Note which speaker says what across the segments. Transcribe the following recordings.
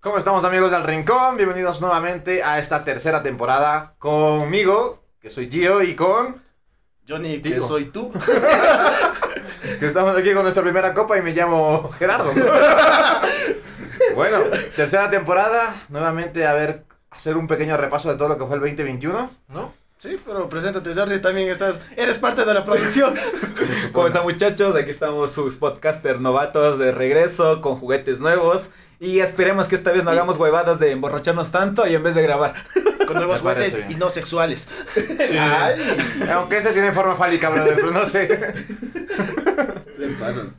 Speaker 1: ¿Cómo estamos amigos del Rincón? Bienvenidos nuevamente a esta tercera temporada conmigo, que soy Gio, y con...
Speaker 2: Johnny, que
Speaker 1: Digo.
Speaker 2: soy tú.
Speaker 1: que estamos aquí con nuestra primera copa y me llamo Gerardo. bueno, tercera temporada, nuevamente a ver, hacer un pequeño repaso de todo lo que fue el 2021, ¿no?
Speaker 2: Sí, pero preséntate, Jordi, también estás. Eres parte de la producción.
Speaker 3: ¿Cómo están muchachos? Aquí estamos sus podcaster novatos de regreso con juguetes nuevos y esperemos que esta vez no hagamos huevadas de emborracharnos tanto y en vez de grabar.
Speaker 2: Con nuevos
Speaker 1: Me parece
Speaker 2: juguetes y
Speaker 1: bien.
Speaker 2: no sexuales.
Speaker 1: Ay, aunque ese tiene forma fálica, brother, pero no sé.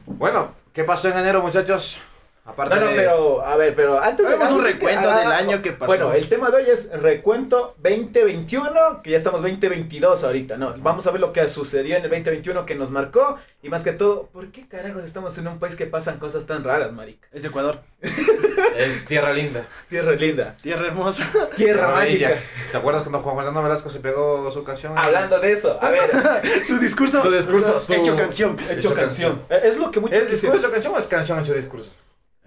Speaker 1: Bueno, ¿qué pasó en enero, muchachos? Aparte
Speaker 3: No, no,
Speaker 1: de-
Speaker 3: pero a ver, pero antes
Speaker 2: Hagamos un
Speaker 3: antes Ah,
Speaker 2: recuento del año que pasó.
Speaker 3: Bueno, el tema de hoy es recuento 2021, que ya estamos 2022 ahorita, ¿no? Vamos a ver lo que sucedió en el 2021 que nos marcó y más que todo, ¿por qué carajos estamos en un país que pasan cosas tan raras, marica?
Speaker 2: Es Ecuador.
Speaker 1: Es tierra linda.
Speaker 3: Tierra linda,
Speaker 2: Tierra hermosa.
Speaker 3: tierra mágica.
Speaker 1: bella. ¿Te acuerdas cuando Juan Fernando Velasco se pegó su canción?
Speaker 3: Hablando de eso, a ver,
Speaker 2: Su discurso.
Speaker 1: Su discurso, su-
Speaker 2: Hecho canción.
Speaker 3: hecho canción. Eh, Es lo que muchos
Speaker 1: ¿Es
Speaker 3: dicen.
Speaker 1: discurso canción o es canción hecho discurso?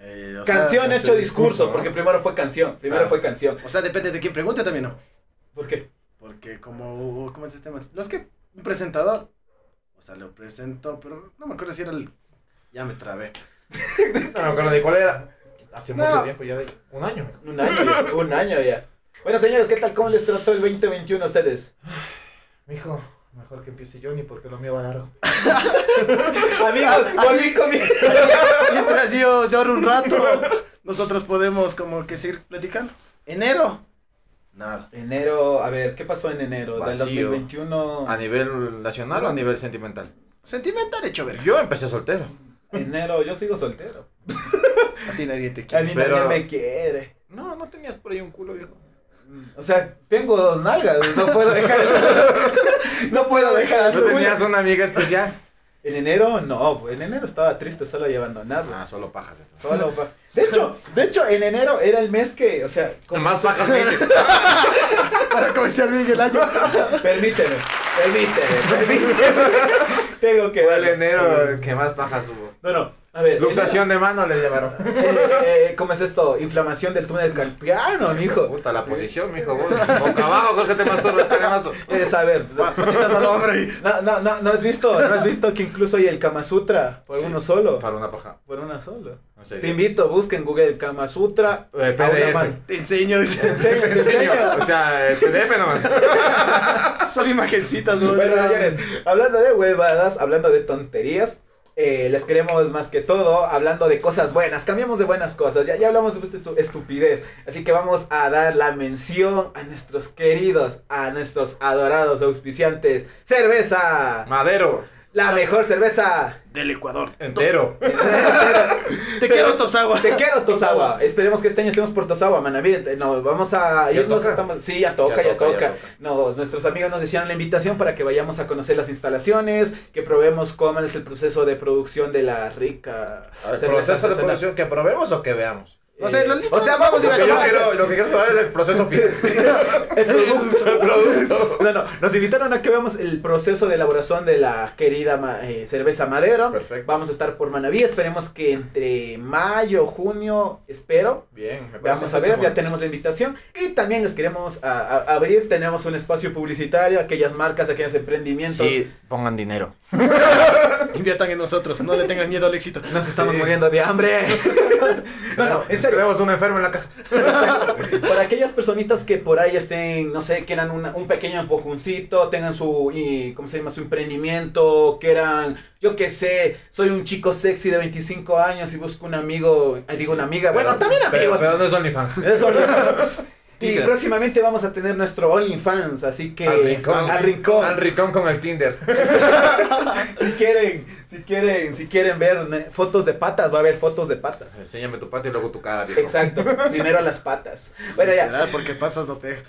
Speaker 2: Eh, o sea,
Speaker 3: Canción
Speaker 1: hecho
Speaker 3: hecho discurso,
Speaker 1: discurso, ¿no?
Speaker 3: porque primero fue canción, primero
Speaker 1: Ah.
Speaker 3: fue canción.
Speaker 2: O sea, depende de quién pregunte también, ¿no?
Speaker 3: ¿Por qué?
Speaker 2: Porque como. ¿Cómo es este tema? No es que un presentador. O sea, lo presento, pero no me acuerdo si era el. Ya me trabé.
Speaker 1: No me acuerdo de cuál era. Hace
Speaker 2: No.
Speaker 1: mucho tiempo, ya de un año. mijo.
Speaker 3: Un año, ya, un año ya. Bueno, señores, ¿qué tal? ¿Cómo les trató el 2021 a ustedes?
Speaker 1: Mijo, mejor que empiece Johnny porque lo mío va largo.
Speaker 3: Amigos, volví conmigo.
Speaker 2: Mientras yo lloro un rato, nosotros podemos como que seguir platicando. Enero. Nada.
Speaker 3: Enero, a ver, ¿qué pasó en enero del
Speaker 1: Vacío.
Speaker 3: 2021?
Speaker 1: ¿A nivel nacional o a nivel sentimental?
Speaker 2: Sentimental hecho verga.
Speaker 1: Yo empecé soltero.
Speaker 3: Enero, yo sigo soltero.
Speaker 2: A ti nadie te
Speaker 3: A
Speaker 2: quiere.
Speaker 3: mí
Speaker 1: Pero-
Speaker 3: nadie me quiere.
Speaker 1: No, no tenías por ahí un culo, viejo.
Speaker 3: O sea, tengo dos nalgas, no puedo dejar. no puedo dejar.
Speaker 1: ¿No tenías una amiga especial?
Speaker 3: En enero, no, en enero estaba triste solo y abandonado.
Speaker 1: Ah, solo pajas. entonces.
Speaker 3: Solo, pa- De hecho, de hecho, en enero era el mes que, o sea, como-
Speaker 1: Más pajas me hice.
Speaker 2: Para comenzar bien el año.
Speaker 3: Permíteme, permíteme, permíteme. Tengo que.
Speaker 1: Fue el enero eh, que más pajas hubo.
Speaker 3: No, no, a
Speaker 1: eh,
Speaker 3: ver.
Speaker 1: Luxación de mano le llevaron.
Speaker 3: enero, eh, eh, ¿Cómo es esto? Inflamación del túnel calpiano, mijo.
Speaker 1: Puta, la posición, mijo. vos. Boca abajo, creo que te masturbas, te mazo.
Speaker 3: Es, Eh, a ver.
Speaker 2: Pa- patitas al hombro y-
Speaker 3: No, no, no, no has visto, no has visto que incluso hay el Kama Sutra por
Speaker 1: Sí,
Speaker 3: uno solo.
Speaker 1: Para una paja.
Speaker 3: Por una solo.
Speaker 1: No sé.
Speaker 3: Te invito, busca en Google Kama Sutra.
Speaker 1: Eh,
Speaker 3: a una
Speaker 1: PDF.
Speaker 3: mano.
Speaker 2: Te enseño,
Speaker 3: Te
Speaker 2: dice.
Speaker 3: enseño, te
Speaker 1: En serio,
Speaker 3: enseño.
Speaker 1: o sea, el PDF nomás.
Speaker 2: Son imagencitas, ¿no?
Speaker 3: Bueno, señores, hablando de huevadas, hablando de tonterías, eh, les queremos más que todo hablando de cosas buenas. Cambiamos de buenas cosas. Ya, ya hablamos de estu- estupidez. Así que vamos a dar la mención a nuestros queridos, a nuestros adorados auspiciantes. ¡Cerveza!
Speaker 1: Madero,
Speaker 3: ¡La mejor cerveza!
Speaker 2: Del Ecuador.
Speaker 1: entero.
Speaker 2: Te quiero, Tosagua.
Speaker 3: Te quiero, Tosagua. Esperemos que este año estemos por Tosagua, manaví. eh, No, vamos a
Speaker 1: ¿Ya
Speaker 3: irnos.
Speaker 1: toca?
Speaker 3: Estamos... Sí, ya toca, ya,
Speaker 1: Ya toca, ya
Speaker 3: toca.
Speaker 1: toca.
Speaker 3: Nos- nuestros amigos nos hicieron la invitación para que vayamos a conocer las instalaciones, que probemos cómo es el proceso de producción de la rica.
Speaker 1: El
Speaker 3: cerveza
Speaker 1: proceso de
Speaker 3: artesanal.
Speaker 1: producción que probemos o que veamos.
Speaker 3: Eh,
Speaker 2: O sea, Lolita,
Speaker 3: o sea,
Speaker 2: nos
Speaker 3: vamos a ir
Speaker 1: Lo
Speaker 3: a
Speaker 1: que yo
Speaker 3: tomar
Speaker 1: quiero, lo que quiero probar es el proceso final.
Speaker 3: el producto.
Speaker 1: El producto.
Speaker 3: No, no, nos invitaron a que veamos el proceso de elaboración de la querida ma- eh, cerveza Madero.
Speaker 1: Perfecto.
Speaker 3: Vamos a estar por Manaví, esperemos que entre mayo, junio, espero,
Speaker 1: Bien, me parece
Speaker 3: Vamos a ver, ya tenemos la invitación. Y también les queremos a- a- abrir, tenemos un espacio publicitario, aquellas marcas, aquellos emprendimientos.
Speaker 1: Sí, pongan dinero.
Speaker 2: Inviertan en nosotros. No le tengan miedo al éxito.
Speaker 3: Nos estamos
Speaker 1: Sí.
Speaker 3: muriendo de hambre. no, no, en serio.
Speaker 1: Tenemos un enfermo en la casa.
Speaker 3: Para aquellas personitas que por ahí estén, no sé, quieran una- un pequeño empujoncito, tengan su, y, ¿cómo se llama? Su emprendimiento, quieran, yo qué sé, soy un chico sexy de 25 años y busco un amigo, eh, digo una amiga, bueno,
Speaker 1: Pero-
Speaker 3: también
Speaker 1: pero-
Speaker 3: amigos.
Speaker 1: Pero no es OnlyFans.
Speaker 3: Eso, ¿no? Y
Speaker 2: Tinder.
Speaker 3: próximamente vamos a tener nuestro OnlyFans, así que
Speaker 1: Al rincón.
Speaker 3: al rincón.
Speaker 1: Al rincón con el Tinder.
Speaker 3: si quieren, si quieren, si quieren ver ne- fotos de patas, va a haber fotos de patas.
Speaker 1: Enséñame tu pata y luego tu cara, viejo.
Speaker 3: Exacto, primero las patas. Bueno, ya.
Speaker 2: Literal, Porque pasas no pega.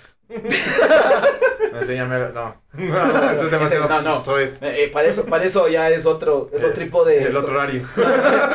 Speaker 1: Enséñame. No. No, eso es demasiado.
Speaker 3: No, no.
Speaker 1: Eso es.
Speaker 3: Eh, eh, para eso, para eso ya es otro, es otro tipo de.
Speaker 1: El otro horario.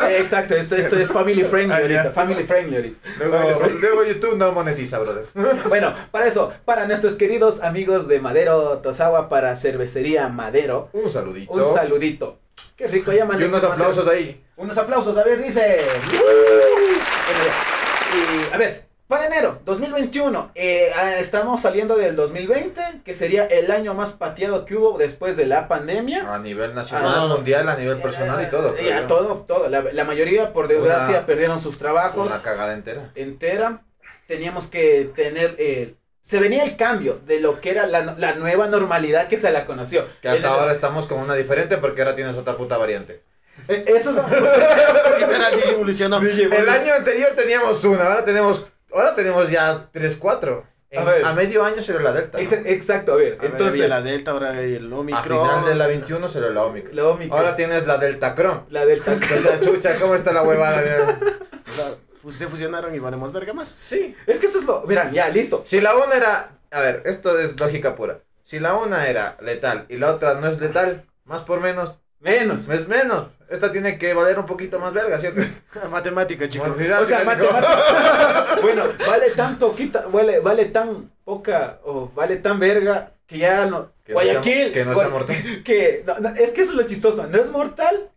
Speaker 3: Eh, exacto, esto, esto es family friendly
Speaker 1: Ah, ya.
Speaker 3: ahorita, family friendly ahorita.
Speaker 1: Luego, luego YouTube no monetiza, brother.
Speaker 3: Bueno, para eso, para nuestros queridos amigos de Madero Tosagua para cervecería Madero,
Speaker 1: Un saludito.
Speaker 3: un saludito. Qué rico, ya
Speaker 1: Y unos
Speaker 3: manito,
Speaker 1: aplausos ahí.
Speaker 3: Unos aplausos, a ver, dice. Bueno, ya. Y, a ver, para enero 2021, eh, ah, estamos saliendo del 2020, que sería el año más pateado que hubo después de la pandemia.
Speaker 1: A nivel nacional,
Speaker 2: Ah,
Speaker 1: mundial, a nivel personal y todo.
Speaker 3: Ya,
Speaker 1: creo.
Speaker 3: todo, todo. La, la mayoría, por desgracia,
Speaker 1: Una-
Speaker 3: perdieron sus trabajos
Speaker 1: Una cagada entera.
Speaker 3: entera. Teníamos que tener... eh, se venía el cambio de lo que era la, la nueva normalidad que se la conoció.
Speaker 1: Que hasta
Speaker 3: Eh,
Speaker 1: ahora estamos con una diferente porque ahora tienes otra puta variante.
Speaker 3: eh, Eso no-
Speaker 2: Literal, sí evolucionó.
Speaker 1: El año anterior teníamos una, ahora tenemos, ahora tenemos ya tres, cuatro. En-
Speaker 3: A ver.
Speaker 1: a medio año se la delta. ¿no?
Speaker 3: Exa- Exacto, a ver.
Speaker 2: A ver,
Speaker 3: entonces,
Speaker 2: había la Delta, ahora hay el
Speaker 1: A
Speaker 2: Omicron.
Speaker 1: final de la 21 se la Omicron.
Speaker 3: la Omicron,
Speaker 1: Ahora tienes la Delta Cron.
Speaker 3: la Delta.
Speaker 1: O sea, chucha, ¿cómo está la huevada? mira?
Speaker 2: O sea, pues, se fusionaron y valemos verga más.
Speaker 1: Sí.
Speaker 3: Es que eso es lo. Verán, ya, listo.
Speaker 1: Si la una era. A ver, esto es lógica pura. Si la una era letal y la otra no es letal, más por menos,
Speaker 3: Menos.
Speaker 1: es menos. Esta tiene que valer un poquito más verga, ¿cierto?
Speaker 2: Matemática, chicos.
Speaker 1: Mordida,
Speaker 3: O sea,
Speaker 1: mira,
Speaker 3: matemáticas. bueno, vale tan poquita, vale, vale tan poca o vale tan verga que ya no.
Speaker 1: Que no sea-
Speaker 3: Guayaquil.
Speaker 1: que no sea
Speaker 3: Guay-
Speaker 1: mortal.
Speaker 3: que- no, no, es que eso es lo chistoso. No es mortal,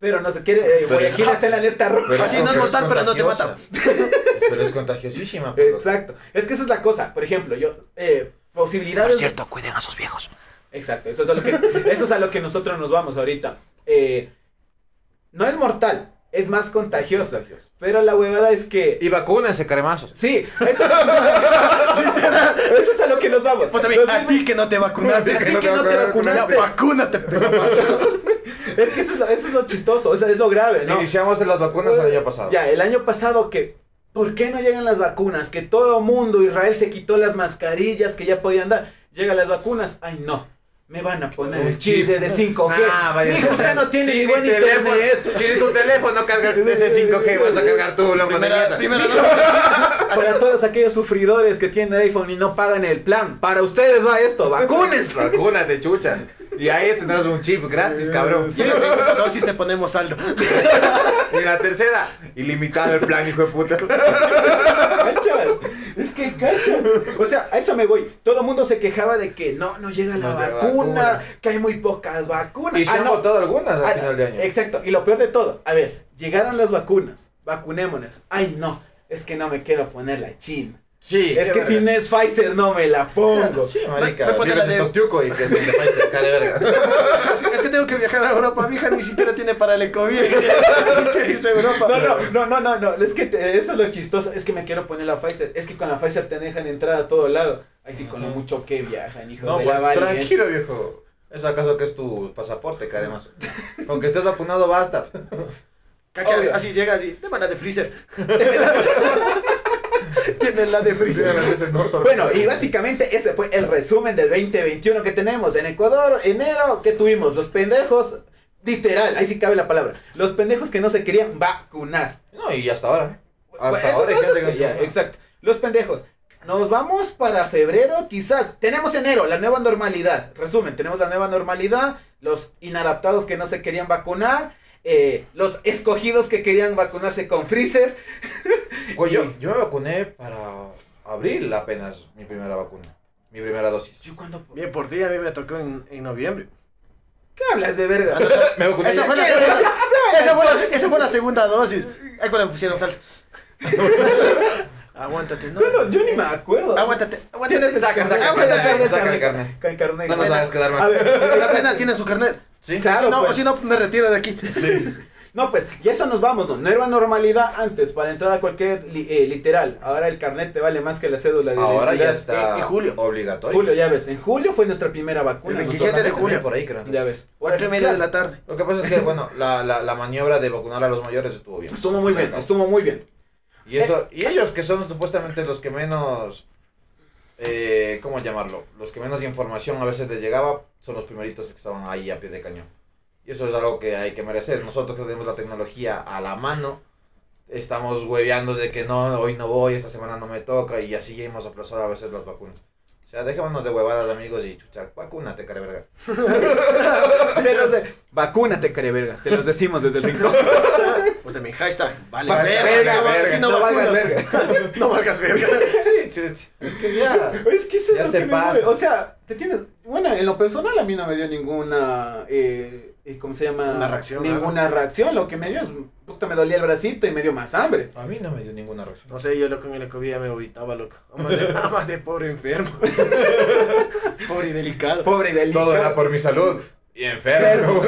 Speaker 3: pero no se quiere. eh,
Speaker 1: Pero
Speaker 3: Guayaquil
Speaker 1: es-
Speaker 3: está en la alerta roja.
Speaker 2: Así no es mortal, pero no te mata.
Speaker 1: contagiosa. Pero es contagiosísima. pues, por lo-
Speaker 3: Exacto. Es que esa es la cosa. Por ejemplo, yo. Eh, posibilidades.
Speaker 4: Por cierto, cuiden a sus viejos.
Speaker 3: Exacto, eso es a lo que, eso es a lo que nosotros nos vamos ahorita. Eh, no es mortal, es más contagiosa.
Speaker 1: Contagiosa.
Speaker 3: Pero la huevada es que.
Speaker 1: Y vacúnense, cremazos.
Speaker 3: Sí, eso, literal, eso es a lo que nos vamos.
Speaker 2: Pues también, a ti que no te vacunaste,
Speaker 1: A
Speaker 2: a
Speaker 1: ti
Speaker 2: ti que no te vacunaste, vacúnate, pero
Speaker 3: Es que eso es, lo, eso es lo chistoso, o sea, es lo grave, ¿no?
Speaker 1: Iniciamos en las vacunas el año pasado.
Speaker 3: Ya, el año pasado que. ¿Por qué no llegan las vacunas? Que todo mundo, Israel se quitó las mascarillas que ya podían dar. Llegan las vacunas. Ay, no. Me van a poner
Speaker 1: Un
Speaker 3: el chip de, de 5G.
Speaker 1: Ah, vaya.
Speaker 3: Mijo, usted no tiene
Speaker 1: Si
Speaker 3: ni
Speaker 1: ni
Speaker 3: buen
Speaker 1: teléfono-
Speaker 3: internet.
Speaker 1: Si ni tu teléfono carga ese 5G, vas a cargar tú, loco de mierda.
Speaker 2: Primera, primera no.
Speaker 3: Para todos aquellos sufridores que tienen iPhone y no pagan el plan, para ustedes va esto, vacunes.
Speaker 1: Vacúnate, chucha. Y ahí tendrás un chip gratis, cabrón.
Speaker 2: Si la segunda dosis te ponemos saldo.
Speaker 1: Y la tercera, ilimitado el plan, hijo de puta.
Speaker 3: Ah, ¿Cachas? Es que cachas. O sea, a eso me voy. Todo el mundo se quejaba de que no, no llega la
Speaker 1: No llega
Speaker 3: vacuna,
Speaker 1: vacunas.
Speaker 3: que hay muy pocas vacunas.
Speaker 1: Y se
Speaker 3: Ah,
Speaker 1: han
Speaker 3: no.
Speaker 1: votado algunas
Speaker 3: Ah,
Speaker 1: al final de año.
Speaker 3: Exacto. Y lo peor de todo, a ver, llegaron las vacunas, vacunémonos. Ay, no, es que no me quiero poner la china.
Speaker 1: Sí.
Speaker 3: Es que si no es Pfizer, no me la pongo.
Speaker 1: Sí, marica.
Speaker 2: Me- me pone
Speaker 1: vives
Speaker 2: la
Speaker 1: en
Speaker 2: de-
Speaker 1: Toctiuco y que te país se cae de verga.
Speaker 2: Es que tengo que viajar a Europa, mi hija ni siquiera tiene para el COVID. Quiere irse a Europa.
Speaker 3: No, no, no, no, no, no, es que te- eso es lo chistoso, es que me quiero poner la Pfizer, es que con la Pfizer te dejan entrar a todo lado. Ay, sí, con lo
Speaker 1: Ajá.
Speaker 3: mucho que viajan, hijos
Speaker 1: No,
Speaker 3: de la
Speaker 1: pues
Speaker 3: valiente.
Speaker 1: tranquilo, viejo. ¿Es acaso que es tu pasaporte, caremazo? Con que estés vacunado basta.
Speaker 2: Cacha,
Speaker 3: Obvio.
Speaker 2: así llegas y te van la de freezer. Tienen la de freezer.
Speaker 3: Bueno, y básicamente ese fue el resumen del 2021 que tenemos en Ecuador, enero, que tuvimos los pendejos, literal, ahí sí cabe la palabra, los pendejos que no se querían vacunar.
Speaker 1: No, y hasta ahora. Hasta
Speaker 3: Bueno, eso-
Speaker 1: ahora hay
Speaker 3: eso
Speaker 1: gente
Speaker 3: es
Speaker 1: que
Speaker 3: que
Speaker 1: no se
Speaker 3: ya,
Speaker 1: vacuna.
Speaker 3: Exacto, los pendejos. Nos vamos para febrero, quizás. Tenemos enero, la nueva normalidad. Resumen, tenemos la nueva normalidad, los inadaptados que no se querían vacunar, eh, los escogidos que querían vacunarse con freezer.
Speaker 1: Güey, yo, yo me vacuné para abril apenas mi primera vacuna. Mi primera dosis.
Speaker 3: Yo cuando-
Speaker 2: Bien por ti, a mí me tocó en, en noviembre.
Speaker 3: ¿Qué hablas de verga?
Speaker 1: Me vacuné
Speaker 2: Esa
Speaker 1: ya.
Speaker 2: fue, la, esa, fue la, esa fue la segunda dosis. Ahí cuando me pusieron sal. Aguántate, no.
Speaker 3: Yo no- yo ni me acuerdo.
Speaker 1: Ah,
Speaker 2: Aguántate, aguántate.
Speaker 3: Tienes esa
Speaker 1: Saca, saca,
Speaker 3: Ah,
Speaker 1: el
Speaker 3: bueno,
Speaker 1: carnet,
Speaker 3: carnet,
Speaker 1: saca el
Speaker 3: carnet.
Speaker 1: carnet.
Speaker 3: Con carne.
Speaker 1: No nos hagas quedar
Speaker 3: A
Speaker 1: mal.
Speaker 3: ver,
Speaker 2: La plena tiene su carnet.
Speaker 1: Sí.
Speaker 3: Claro,
Speaker 2: si no,
Speaker 3: pues.
Speaker 2: si no, me retiro de aquí.
Speaker 1: Sí.
Speaker 3: No, pues, y eso nos vamos, ¿no? No era normalidad antes para entrar a cualquier li- eh, literal. Ahora el carnet te vale más que la cédula de
Speaker 1: Ahora ya
Speaker 3: identidad.
Speaker 1: está
Speaker 2: Y- y julio.
Speaker 1: obligatorio.
Speaker 3: Julio, ya ves, en julio fue nuestra primera vacuna.
Speaker 2: El
Speaker 1: Pues
Speaker 2: 27 de
Speaker 1: solamente
Speaker 2: julio.
Speaker 1: Por ahí, creo.
Speaker 3: Ya ves.
Speaker 2: Cuatro y media de la
Speaker 3: Claro.
Speaker 2: tarde.
Speaker 1: Lo que pasa es que, bueno, la, la, la maniobra de vacunar a los mayores estuvo bien.
Speaker 3: Estuvo muy bien, estuvo muy bien.
Speaker 1: Y, eso, y ellos que son supuestamente los que menos... Eh, ¿Cómo llamarlo? Los que menos información a veces les llegaba son los primeritos que estaban ahí a pie de cañón. Y eso es algo que hay que merecer. Nosotros que tenemos la tecnología a la mano, estamos hueveando de que no, hoy no voy, esta semana no me toca y así hemos aplazado a veces las vacunas. O sea, dejémonos de huevadas, amigos, y chucha, vacúnate, cara de verga.
Speaker 3: Te los de- Vacúnate, careverga. Te los decimos desde el rincón.
Speaker 2: Pues de mi hashtag. Vale,
Speaker 1: Vale, verga, verga.
Speaker 2: Si
Speaker 3: no
Speaker 2: no,
Speaker 3: valgas
Speaker 2: vacunas.
Speaker 3: verga.
Speaker 2: No valgas verga.
Speaker 1: Sí, chucha. Es que ya.
Speaker 3: Es que eso
Speaker 1: Ya
Speaker 3: es lo
Speaker 1: se
Speaker 3: que me
Speaker 1: pasa.
Speaker 3: mueve. O sea, te tienes. Bueno, en lo personal a mí no me dio ninguna eh, eh, ¿cómo se llama?
Speaker 2: Una reacción,
Speaker 3: Ninguna reacción. Lo que me dio es, puta, me dolía el bracito y me dio más hambre.
Speaker 1: A mí no me dio ninguna reacción.
Speaker 4: No sé, yo loco en el COVID ya me vomitaba, loco. Nada más de, nada más de pobre enfermo. pobre y delicado.
Speaker 3: Pobre y delicado.
Speaker 1: Todo era por mi salud. Y enfermo.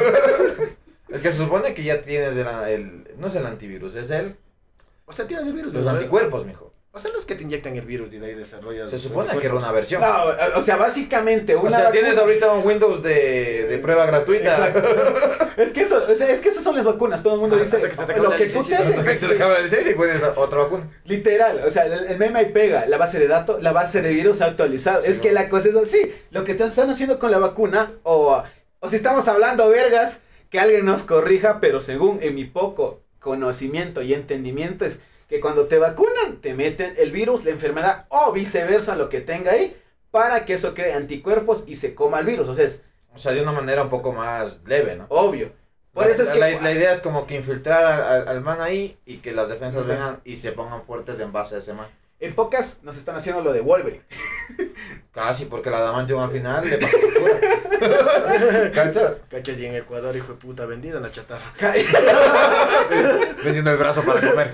Speaker 1: es que se supone que ya tienes el, el- No es el antivirus, es el.
Speaker 4: O sea, tienes el virus.
Speaker 1: Los
Speaker 4: ¿no?
Speaker 1: anticuerpos, mijo.
Speaker 4: O sea, no es que te inyectan el virus y de ahí desarrollas.
Speaker 1: Se
Speaker 4: los
Speaker 1: supone que era una
Speaker 4: anticuerpos.
Speaker 1: versión.
Speaker 3: No, o sea, básicamente una
Speaker 1: o sea,
Speaker 3: vacuna-
Speaker 1: tienes ahorita un Windows de, de prueba gratuita.
Speaker 3: Exacto. Es que eso, o sea, es que esas son las vacunas. Todo el mundo
Speaker 4: Ah,
Speaker 3: dice
Speaker 4: hasta que se te
Speaker 3: lo
Speaker 4: acabe
Speaker 3: que
Speaker 4: la
Speaker 3: tú te
Speaker 4: licencia,
Speaker 3: haces.
Speaker 4: ¿no?
Speaker 1: Hasta que se le acaba la licencia y puedes a- otra vacuna.
Speaker 3: Literal, o sea, el, el meme ahí pega, la base de datos, la base de virus ha actualizado.
Speaker 1: Sí,
Speaker 3: es que
Speaker 1: ¿no?
Speaker 3: la cosa es así, lo que están, están haciendo con la vacuna, o, o si estamos hablando vergas, que alguien nos corrija, pero según en mi poco conocimiento y entendimiento es que cuando te vacunan, te meten el virus, la enfermedad o viceversa, lo que tenga ahí, para que eso cree anticuerpos y se coma el virus. O sea, es
Speaker 1: O sea, de una manera un poco más leve, ¿no?
Speaker 3: obvio. Por
Speaker 1: la,
Speaker 3: eso es que...
Speaker 1: la, la idea es como que infiltrar al, al- al man ahí y que las defensas
Speaker 3: Exacto.
Speaker 1: vengan y se pongan fuertes en base a ese man.
Speaker 3: En pocas nos están haciendo lo de Wolverine.
Speaker 1: Casi, porque la Damantium al final le pasó factura. ¿Cacha?
Speaker 4: Cachas y en Ecuador, hijo de puta, vendida la chatarra.
Speaker 1: Vendiendo el brazo para comer.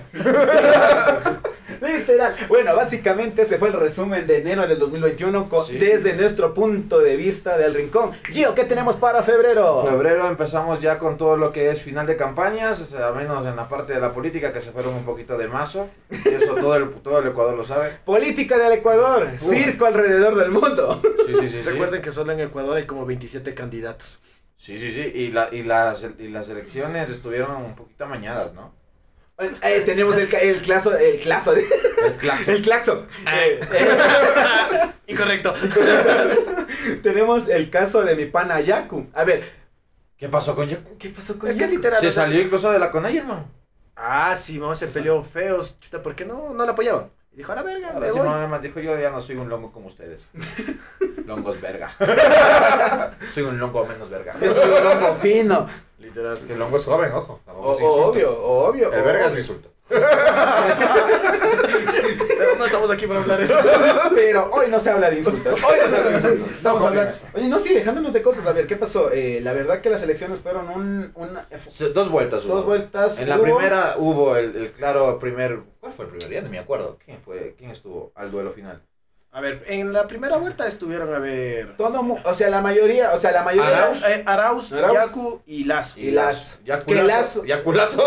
Speaker 3: Literal. Bueno, básicamente ese fue el resumen de enero del 2021 co-
Speaker 1: Sí.
Speaker 3: desde nuestro punto de vista del rincón. Gio, ¿qué tenemos para febrero?
Speaker 1: Febrero empezamos ya con todo lo que es final de campañas, o sea, al menos en la parte de la política que se fueron un poquito de mazo. Y eso todo el, todo el Ecuador lo sabe.
Speaker 3: Política del Ecuador, circo alrededor del mundo.
Speaker 1: Sí, sí, sí. sí.
Speaker 4: Recuerden que solo en Ecuador hay como 27 candidatos.
Speaker 1: Sí, sí, sí. Y, la, y, las, y las elecciones estuvieron un poquito amañadas, ¿no?
Speaker 3: Bueno, eh, tenemos el, ca- el claso, el claso,
Speaker 1: El claxon.
Speaker 3: el claxon. Eh, eh,
Speaker 4: Incorrecto.
Speaker 3: tenemos el caso de mi pana Yaku. A ver,
Speaker 1: ¿Qué pasó con Yaku?
Speaker 3: ¿qué pasó con
Speaker 4: es que
Speaker 3: Yaku?
Speaker 4: literal.
Speaker 1: Se
Speaker 4: o sea-
Speaker 1: salió incluso de la Conay, hermano.
Speaker 4: Ah, sí, mamá se peleó feos. Chuta, ¿por qué no, no la apoyaban? Y dijo, a la verga,
Speaker 1: Ahora
Speaker 4: me
Speaker 1: sí,
Speaker 4: voy.
Speaker 1: mamá dijo, yo ya no soy un longo como ustedes. Longos verga. soy un longo menos verga.
Speaker 3: Yo soy un loco fino.
Speaker 4: Literal.
Speaker 1: Que el longo es joven, ojo.
Speaker 3: O-
Speaker 1: tampoco es insulto.
Speaker 3: o- obvio, obvio.
Speaker 1: El verga es
Speaker 3: obvio.
Speaker 1: insulto.
Speaker 4: Pero no estamos aquí para hablar eso.
Speaker 3: Pero hoy no se habla de insultos.
Speaker 1: Hoy no se habla de insultos.
Speaker 3: Vamos a hablar.
Speaker 1: Jóvenes.
Speaker 3: Oye, no, sí, dejándonos de cosas. A ver, ¿qué pasó? Eh, la verdad que las elecciones fueron un, una,
Speaker 1: Se- Dos vueltas hubo.
Speaker 3: dos vueltas.
Speaker 1: En la
Speaker 3: hubo.
Speaker 1: primera hubo el, el claro primer... ¿Cuál fue el primer? Ya no me acuerdo. ¿Quién, fue, ¿Quién estuvo al duelo final?
Speaker 4: A ver, en la primera vuelta estuvieron, a ver...
Speaker 3: Todo mu- o sea, la mayoría, o sea, la mayoría.
Speaker 1: Arauz.
Speaker 4: eh, Arauz,
Speaker 3: Arauz.
Speaker 4: Yaku y Lazo.
Speaker 3: Y Lazo.
Speaker 1: Ya
Speaker 3: Que
Speaker 1: culazo.
Speaker 3: Lazo-
Speaker 1: Ya culazo.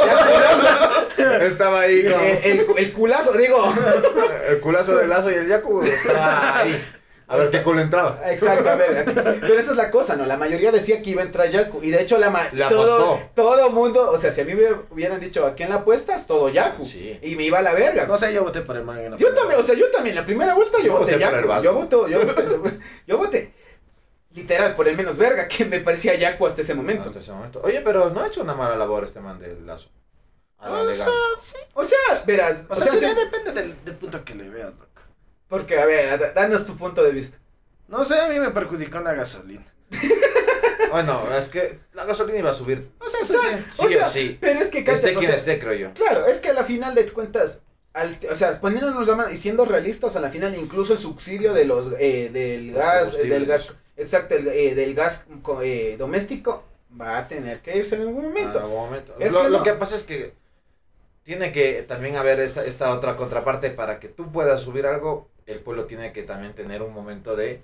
Speaker 3: Ya
Speaker 1: Estaba ahí con...
Speaker 3: Eh, el, cu- el culazo, digo.
Speaker 1: El culazo de Lazo y el Yaku estaba ahí. A ver qué culo entraba.
Speaker 3: Exacto, a ver. Pero esa es la cosa, ¿no? La mayoría decía que iba a entrar Yaku. Y de hecho, la ma-
Speaker 1: Le
Speaker 3: todo,
Speaker 1: apostó.
Speaker 3: todo mundo, o sea, si a mí me hubieran dicho aquí en la apuesta, es todo Yaku.
Speaker 1: Sí.
Speaker 3: Y me iba a la verga.
Speaker 4: No sé, yo voté por el man en la
Speaker 3: Yo
Speaker 4: primera.
Speaker 3: también, o sea, yo también, la primera vuelta yo,
Speaker 1: Yo
Speaker 3: voté
Speaker 1: voté por el
Speaker 3: Yaco,
Speaker 1: Vasco.
Speaker 3: yo voté, yo voté, yo voté, literal, por el menos verga, que me parecía Yaco hasta ese momento.
Speaker 1: Hasta ese momento. Oye, pero no ha hecho una mala labor este man del Lazo. A
Speaker 3: Ah,
Speaker 1: la
Speaker 4: O
Speaker 1: legal.
Speaker 4: sea, sí.
Speaker 3: O sea, verás,
Speaker 4: O sea, sí, depende del, del punto que le veas, loco.
Speaker 3: porque, a ver, da- danos tu punto de vista.
Speaker 4: No sé, a mí me perjudicó en la gasolina.
Speaker 1: Bueno, es que la gasolina iba a subir.
Speaker 4: O sea,
Speaker 3: O
Speaker 4: sí,
Speaker 3: sea,
Speaker 4: sí.
Speaker 1: Sí
Speaker 3: o sea,
Speaker 1: o sí. Este
Speaker 3: pero es que, cachas,
Speaker 1: Esté
Speaker 3: o
Speaker 1: quien
Speaker 3: sea,
Speaker 1: esté, creo yo.
Speaker 3: claro, es que a la final de cuentas, al- o sea, poniéndonos la mano y siendo realistas, a la final incluso el subsidio de los, eh, del
Speaker 1: Los
Speaker 3: gas, eh, del
Speaker 1: combustibles,
Speaker 3: gas,
Speaker 1: eso.
Speaker 3: exacto, el, eh, del gas co- eh, doméstico, va a tener que irse en algún momento.
Speaker 1: En algún momento.
Speaker 3: Es
Speaker 1: lo,
Speaker 3: que
Speaker 1: lo
Speaker 3: no.
Speaker 1: que pasa es que tiene que también haber esta, esta otra contraparte para que tú puedas subir algo, el pueblo tiene que también tener un momento de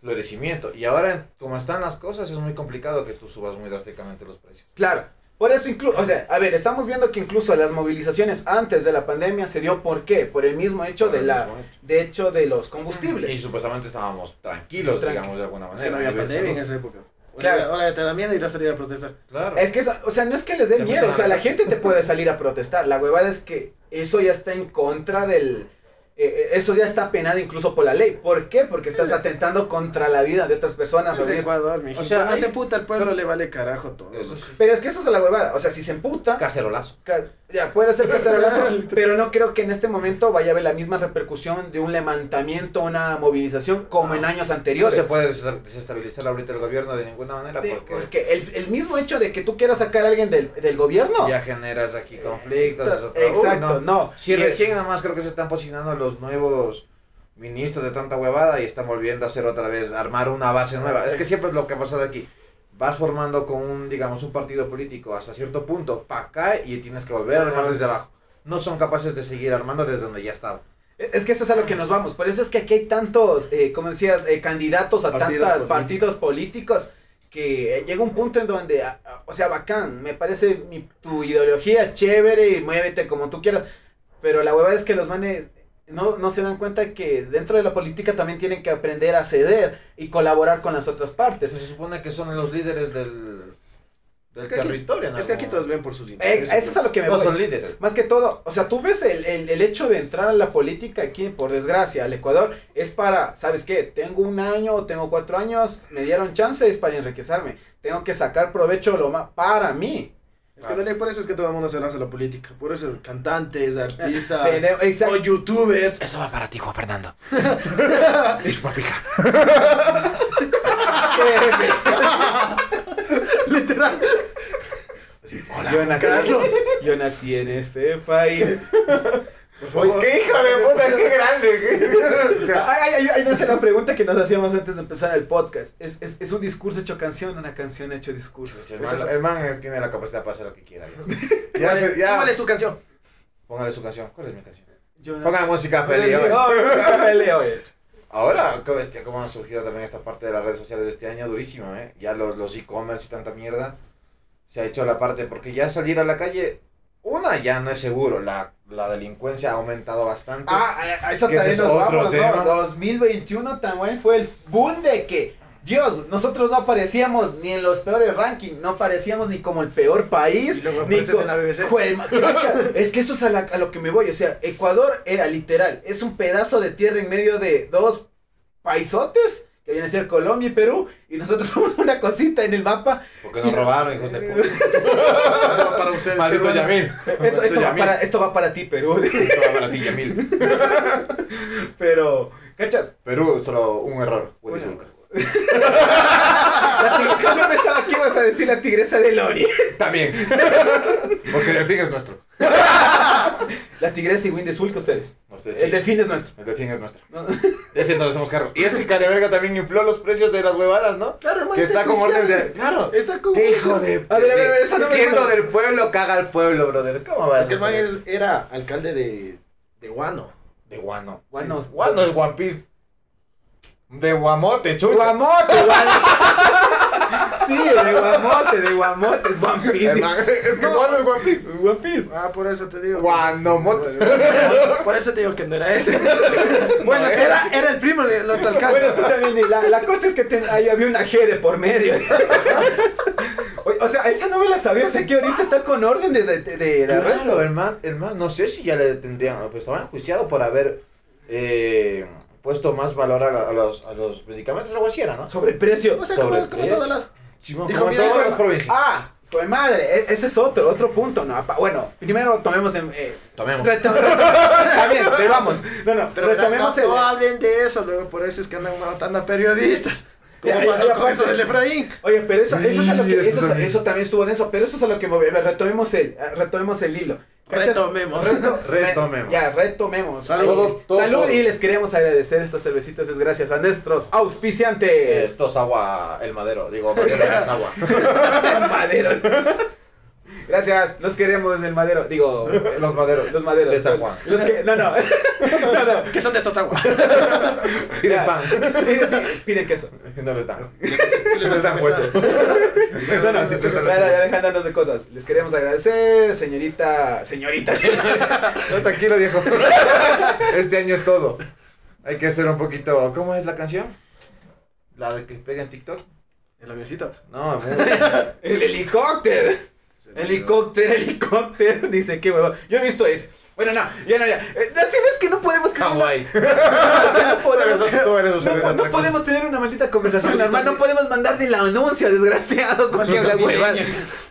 Speaker 1: florecimiento. Y ahora, como están las cosas, es muy complicado que tú subas muy drásticamente los precios.
Speaker 3: Claro. Por eso incluso, o sea, a ver, estamos viendo que incluso las movilizaciones antes de la pandemia se dio por qué, por el mismo hecho de la, de hecho de los
Speaker 1: Y
Speaker 3: combustibles.
Speaker 1: supuestamente estábamos tranquilos,
Speaker 3: Tranqui-
Speaker 1: digamos, de alguna
Speaker 4: Es que
Speaker 1: manera.
Speaker 4: no había
Speaker 1: Hubiese-
Speaker 4: pandemia en esa época. Ahora-
Speaker 3: Claro.
Speaker 4: Ahora te da miedo ir a salir a protestar.
Speaker 1: Claro.
Speaker 3: Es que, esa- o sea, no es que les dé
Speaker 1: Te
Speaker 3: miedo,
Speaker 1: meten
Speaker 3: o
Speaker 1: a
Speaker 3: sea,
Speaker 1: la
Speaker 3: la gente te puede salir a protestar. La huevada es que eso ya está en contra del, eh, eh, eso ya está penado incluso por la ley. ¿Por qué? Porque estás atentando contra la vida de otras personas.
Speaker 4: Es
Speaker 3: reunir-
Speaker 4: Ecuador, mijito.
Speaker 1: O sea,
Speaker 4: no
Speaker 1: hay-
Speaker 4: se puta, al pueblo le vale carajo todo.
Speaker 1: Eso
Speaker 4: loco.
Speaker 1: sí.
Speaker 3: Pero es que eso es la huevada, o sea, si se emputa,
Speaker 1: Cacerolazo.
Speaker 3: Ca- Ya, puede ser cacerolazo, pero no creo que en este momento vaya a haber la misma repercusión de un levantamiento, una movilización como
Speaker 1: Ah,
Speaker 3: en años
Speaker 1: No se
Speaker 3: anteriores.
Speaker 1: puede desest- desestabilizar ahorita el gobierno de ninguna manera
Speaker 3: De-
Speaker 1: pues, porque
Speaker 3: Porque el, el mismo hecho de que tú quieras sacar a alguien del, del gobierno.
Speaker 1: ya generas aquí conflictos. es otra- Uy, no.
Speaker 3: Exacto, no.
Speaker 1: Si
Speaker 3: Y-
Speaker 1: recién nada más creo que se están posicionando los nuevos ministros de tanta huevada y están volviendo a hacer otra vez, armar una base nueva. Es que siempre es lo que ha pasado aquí. vas formando con un, digamos, un partido político hasta cierto punto para acá y tienes que volver a armar desde abajo. No son capaces de seguir armando desde donde ya estaba.
Speaker 3: E, Es que eso es a lo que nos vamos. Por eso es que aquí hay tantos, eh, como decías, eh, candidatos a
Speaker 2: Partidos
Speaker 3: tantos
Speaker 2: políticos.
Speaker 3: partidos políticos que eh, llega un punto en donde, ah, ah, o sea, bacán, me parece mi- tu ideología chévere y muévete como tú quieras. Pero la hueva es que los manes no, no se dan cuenta que dentro de la política también tienen que aprender a ceder y colaborar con las otras partes.
Speaker 1: Se supone que son los líderes del, del
Speaker 4: Es que aquí-
Speaker 1: territorio. en
Speaker 4: Es que aquí
Speaker 1: algún
Speaker 4: todos
Speaker 1: momento.
Speaker 4: ven por sus
Speaker 3: Eh,
Speaker 4: intereses.
Speaker 3: a eso es a lo que me
Speaker 1: No
Speaker 3: voy.
Speaker 1: son líderes.
Speaker 3: Más que todo, o sea, tú ves el, el- el hecho de entrar a la política aquí, por desgracia, al Ecuador, es para, ¿sabes qué? Tengo un año, tengo cuatro años, me dieron chances para enriquecerme. Tengo que sacar provecho lo más para mí.
Speaker 2: Es que dale, por eso es que todo el mundo se lanza a la política. Por eso cantantes,
Speaker 4: Eh,
Speaker 1: Ah.
Speaker 2: artistas
Speaker 3: Tene-
Speaker 2: o
Speaker 3: exact-
Speaker 2: youtubers.
Speaker 1: Eso va para ti, Juan Fernando.
Speaker 2: Literal.
Speaker 3: yo, nací,
Speaker 2: Carlos.
Speaker 3: yo nací en este país.
Speaker 1: ¡Qué hijo de puta! ¡Qué grande! O
Speaker 3: Ay,
Speaker 1: sea,
Speaker 3: ay, ay, ay, nace la pregunta que nos hacíamos antes de empezar el podcast. ¿Es, es, es un discurso hecho canción una canción hecho discurso?
Speaker 1: el,
Speaker 3: Eso
Speaker 1: man,
Speaker 3: es-
Speaker 1: el man tiene la capacidad para hacer lo que quiera. Ya, ya, se- ya.
Speaker 4: ¿Cuál es su canción?
Speaker 1: Póngale su canción. ¿Cuál es mi canción?
Speaker 3: yo nací-
Speaker 1: Póngale música feliz. oye.
Speaker 3: No, música feliz, oye.
Speaker 1: Ahora, qué bestia, cómo han surgido también esta parte de las redes sociales de este año, durísimo, ¿eh? Ya los, los e-commerce y tanta mierda, se ha hecho la parte, porque ya salir a la calle, una ya no es seguro, la, la delincuencia ha aumentado bastante.
Speaker 3: Ah, a- a eso
Speaker 1: Que ese
Speaker 3: también
Speaker 1: es
Speaker 3: nos
Speaker 1: otro
Speaker 3: vamos,
Speaker 1: tema.
Speaker 3: ¿no? 2021 también fue el boom de que, Dios, nosotros no aparecíamos ni en los peores rankings, no aparecíamos ni como el peor
Speaker 2: Y
Speaker 3: país,
Speaker 2: luego
Speaker 3: ni
Speaker 2: apareces
Speaker 3: co-
Speaker 2: en la BBC.
Speaker 3: Jue- ma- cacha, es que eso es a, la- a lo que me voy, o sea, Ecuador era literal, es un pedazo de tierra en medio de dos paisotes, que vienen a ser Colombia y Perú, y nosotros somos una cosita en el mapa,
Speaker 1: porque nos robaron, hijos de puta.
Speaker 2: Eso para ustedes.
Speaker 1: Maldito
Speaker 2: peruanos.
Speaker 1: Yamil.
Speaker 3: Eso- esto,
Speaker 1: Maldito
Speaker 3: va
Speaker 1: Yamil.
Speaker 3: para, esto va para ti Perú,
Speaker 1: Esto va para ti, Yamil.
Speaker 3: pero, ¿cachas?
Speaker 1: Perú, solo un error. Willy
Speaker 3: Bueno.
Speaker 1: Wonka.
Speaker 3: La tig- no pensaba que ibas a decir la tigresa de Lori.
Speaker 1: También. porque el delfín es nuestro.
Speaker 3: La tigresa y Windeswood que ustedes.
Speaker 1: No, ustedes
Speaker 3: El
Speaker 1: sí.
Speaker 3: delfín es nuestro.
Speaker 1: El delfín Este es nuestro.
Speaker 3: No.
Speaker 1: De ese no hacemos cargo. Y ese careverga también infló los precios de las huevadas, ¿no?
Speaker 2: Claro, hermano,
Speaker 1: Que está con
Speaker 2: crucial.
Speaker 1: orden de... Claro.
Speaker 2: Está con
Speaker 1: ¡Qué hijo de...
Speaker 3: A ver, a ver, a ver, esa no me
Speaker 1: Siendo
Speaker 3: suena.
Speaker 1: del pueblo, caga al pueblo, brother. ¿Cómo vas
Speaker 2: Es que el
Speaker 1: a
Speaker 2: man
Speaker 1: hacer
Speaker 2: es-
Speaker 1: eso?
Speaker 2: era alcalde de, de Guano.
Speaker 1: De guano.
Speaker 3: Guanos.
Speaker 1: Guano es One Piece. De guamote, chucha.
Speaker 3: Guamote, guan- Sí, de guamote, de guamote, es One Piece.
Speaker 1: Hermano, es que guano es One Piece.
Speaker 3: One Piece.
Speaker 2: Ah, por eso te digo.
Speaker 1: Guanomote.
Speaker 2: Por eso te digo que no era este. ese.
Speaker 1: Bueno,
Speaker 2: bueno,
Speaker 1: eh.
Speaker 2: era, era el primo del otro alcalde.
Speaker 3: Bueno, tú también, y la, la cosa es que te- ahí había una G de por medio. Oye, O sea, esa no me la sabía, o sea que ahorita está con orden de, de, de- de arresto. ¿eh?
Speaker 1: Claro, el man, el man, no sé si ya le detendrían, pues estaba enjuiciado por haber eh, puesto más valor a, la- a los, a los medicamentos, algo así era, ¿no?
Speaker 3: Sobreprecio.
Speaker 2: o sea, como,
Speaker 1: sobre
Speaker 2: como todas
Speaker 1: tres.
Speaker 2: las-
Speaker 1: Simón,
Speaker 2: Dijo,
Speaker 1: como
Speaker 2: mira,
Speaker 1: todas
Speaker 2: hijo,
Speaker 1: las provincias.
Speaker 3: Ah, pues madre, e- ese es otro, otro punto, ¿no? Apa- Bueno, primero tomemos en... eh,
Speaker 1: Tomemos.
Speaker 3: retom- retom- también, pero vamos. No, no,
Speaker 2: Pero
Speaker 3: retomemos
Speaker 2: no,
Speaker 3: el...
Speaker 2: no hablen de eso, luego por eso es que andan matando a periodistas. Como
Speaker 3: Ya, ya,
Speaker 2: pasó
Speaker 3: ya,
Speaker 2: con eso
Speaker 3: pues.
Speaker 2: del Efraín.
Speaker 3: Oye, pero eso, eso, es a lo
Speaker 1: Sí,
Speaker 3: que,
Speaker 1: eso
Speaker 3: eso, es a-
Speaker 1: también.
Speaker 3: eso también estuvo denso, pero eso es a lo que me voy. A ver, retomemos el, eh, retomemos el hilo.
Speaker 2: Retomemos.
Speaker 3: Reto-
Speaker 1: Retomemos. Eh,
Speaker 3: Ya, retomemos.
Speaker 2: Salud,
Speaker 3: Salud,
Speaker 1: todo.
Speaker 3: Salud y les queremos agradecer estas cervecitas, es gracias a nuestros auspiciantes.
Speaker 1: Esto es agua, el madero, digo, madera es agua.
Speaker 3: madero. Gracias, los queremos del madero. Digo,
Speaker 1: Los maderos.
Speaker 3: los maderos.
Speaker 1: De San Juan.
Speaker 3: Los que, no, no. no, no.
Speaker 2: Que son de Totagua.
Speaker 1: Y de
Speaker 3: Ya.
Speaker 1: pan.
Speaker 3: Pide, pide queso.
Speaker 1: No lo están.
Speaker 2: No
Speaker 1: No están
Speaker 2: Pues,
Speaker 1: hueso. No, no, sí, sí,
Speaker 3: Ya,
Speaker 1: están
Speaker 3: ya, ya,
Speaker 1: hueso.
Speaker 3: dejándonos de cosas. Les queremos agradecer, señorita. Señorita.
Speaker 1: No, tranquilo, viejo. Este año es todo. Hay que hacer un poquito. ¿Cómo es la canción? La de que pega en TikTok.
Speaker 2: El avioncito.
Speaker 1: No, amor.
Speaker 3: El helicóptero.
Speaker 4: Pues
Speaker 3: Helicóptero, helicóptero. Dice, qué huevo. Yo he visto eso. Bueno, no, ya no, ya. Eh, ¿sí ves que no podemos tener una-
Speaker 1: Hawái.
Speaker 3: es que no podemos-
Speaker 1: Tú eres- tú eres un
Speaker 3: no-
Speaker 1: señor de
Speaker 3: no
Speaker 1: atracos.
Speaker 3: podemos tener una maldita conversación, hermano. No podemos mandarle la anuncia, desgraciado. porque habla huevas.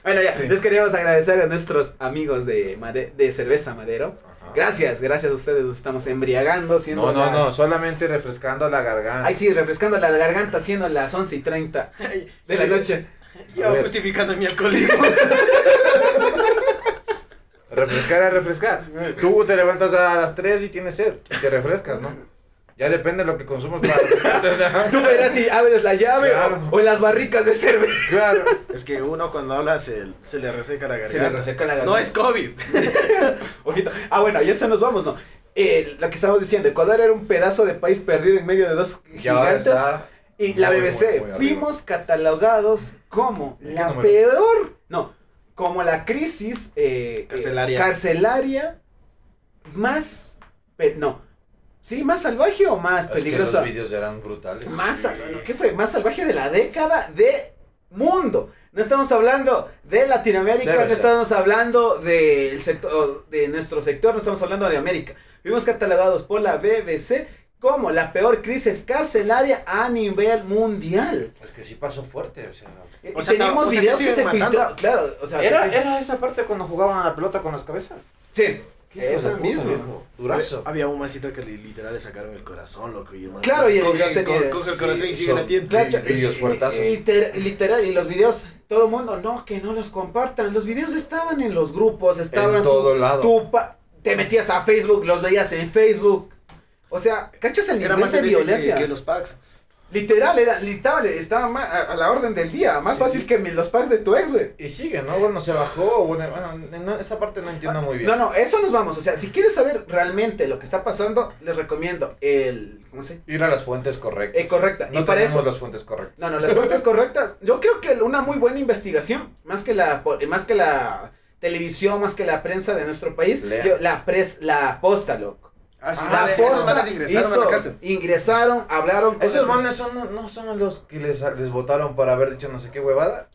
Speaker 3: Bueno, ya.
Speaker 1: Sí.
Speaker 3: Les queríamos agradecer a nuestros amigos de, made- de Cerveza Madero.
Speaker 1: Ajá.
Speaker 3: Gracias, gracias a ustedes. Nos estamos embriagando.
Speaker 1: No,
Speaker 3: siendo
Speaker 1: no,
Speaker 3: las-
Speaker 1: no. Solamente refrescando la garganta.
Speaker 3: Ay, sí, refrescando la garganta, siendo las 11 y 30 de la
Speaker 2: Sí.
Speaker 3: noche.
Speaker 1: A
Speaker 2: Yo
Speaker 1: ver.
Speaker 2: justificando mi alcoholismo.
Speaker 1: Refrescar es refrescar. Tú te levantas a las 3 y tienes sed. Y te refrescas, ¿no? Ya depende de lo que consumas para rescatar.
Speaker 3: Tú verás si abres la llave o-
Speaker 1: Claro.
Speaker 3: o, en las barricas de cerveza.
Speaker 2: Claro.
Speaker 4: Es que uno cuando habla se, se le reseca la garganta.
Speaker 3: la
Speaker 4: No es COVID.
Speaker 3: Ojito. Ah, bueno, ya se nos vamos, ¿no? Eh, lo que estábamos diciendo, Ecuador era un pedazo de país perdido en medio de dos
Speaker 1: Ya ahora
Speaker 3: gigantes.
Speaker 1: está.
Speaker 3: Y la
Speaker 1: muy,
Speaker 3: BBC,
Speaker 1: muy, muy
Speaker 3: fuimos catalogados como
Speaker 1: ¿En qué
Speaker 3: la
Speaker 1: número?
Speaker 3: peor, no, como la crisis eh, eh,
Speaker 4: Carcelaria.
Speaker 3: carcelaria más, pe- no, sí, más salvaje o más
Speaker 1: Es que los
Speaker 3: peligrosa.
Speaker 1: vídeos eran brutales.
Speaker 3: Más, sal-
Speaker 4: Sí.
Speaker 3: ¿qué fue? Más salvaje de la década de mundo. No estamos hablando de Latinoamérica,
Speaker 1: Debe
Speaker 3: no
Speaker 1: ser.
Speaker 3: estamos hablando del sector, de nuestro sector, no estamos hablando de América. Fuimos catalogados por la BBC como la peor crisis carcelaria a nivel mundial.
Speaker 1: Es que sí pasó fuerte, o sea.
Speaker 3: Eh,
Speaker 4: O sea,
Speaker 3: Tenemos
Speaker 4: o sea,
Speaker 3: videos
Speaker 4: sí
Speaker 3: que se
Speaker 4: siguen matando.
Speaker 3: filtraron, claro, o sea,
Speaker 1: Era,
Speaker 3: sí, sí.
Speaker 1: era esa parte cuando jugaban a la pelota con las cabezas.
Speaker 3: Sí,
Speaker 1: ¿Qué hijo
Speaker 3: Esa
Speaker 1: de puta,
Speaker 3: misma.
Speaker 1: viejo? Durazo.
Speaker 4: Había un mancito que li- literal le sacaron el corazón, loco. Y hermano,
Speaker 3: Claro, y el-
Speaker 4: coge,
Speaker 3: yo
Speaker 4: co-
Speaker 3: tenía-
Speaker 4: coge el
Speaker 1: sí,
Speaker 4: corazón y sigue
Speaker 1: son-
Speaker 4: latiendo.
Speaker 3: Claro,
Speaker 1: Vi- videos
Speaker 3: y-
Speaker 1: puertazos.
Speaker 3: y te- literal, y los videos, todo el mundo, no, que no los compartan. Los videos estaban en los grupos, estaban
Speaker 1: En todo lado.
Speaker 3: Tú pa- te metías a Facebook, los veías en Facebook. O sea, ¿cachas el
Speaker 4: Era
Speaker 3: nivel
Speaker 4: más
Speaker 3: de
Speaker 4: difícil que-
Speaker 3: violencia?
Speaker 4: que los packs.
Speaker 3: Literal, era, estaba, estaba ma- a, a la orden del día. Más
Speaker 1: Sí.
Speaker 3: fácil que mi- los packs de tu ex, güey.
Speaker 1: Y sigue, ¿no? Bueno, se bajó. Bueno, bueno, en- en esa parte no entiendo muy bien.
Speaker 3: Ah, No, no, eso nos vamos. O sea, si quieres saber realmente lo que está pasando, les recomiendo el. ¿Cómo se
Speaker 1: Ir a las fuentes correctas.
Speaker 3: Eh, correcta.
Speaker 1: No
Speaker 3: y para
Speaker 1: tenemos
Speaker 3: eso.
Speaker 1: las fuentes correctas.
Speaker 3: No, no, las fuentes correctas. Yo creo que una muy buena investigación, más que la, po- eh, más que la televisión, más que la prensa de nuestro país,
Speaker 1: Lea.
Speaker 3: yo- la, pres, la posta, loco.
Speaker 2: Ah, sí,
Speaker 3: la
Speaker 2: dale, esos manes ingresaron a
Speaker 3: hizo-
Speaker 2: la cárcel.
Speaker 3: ingresaron, hablaron con
Speaker 1: Esos
Speaker 3: el-
Speaker 1: manes son, no, no son los que les, les votaron por haber dicho no sé qué huevada.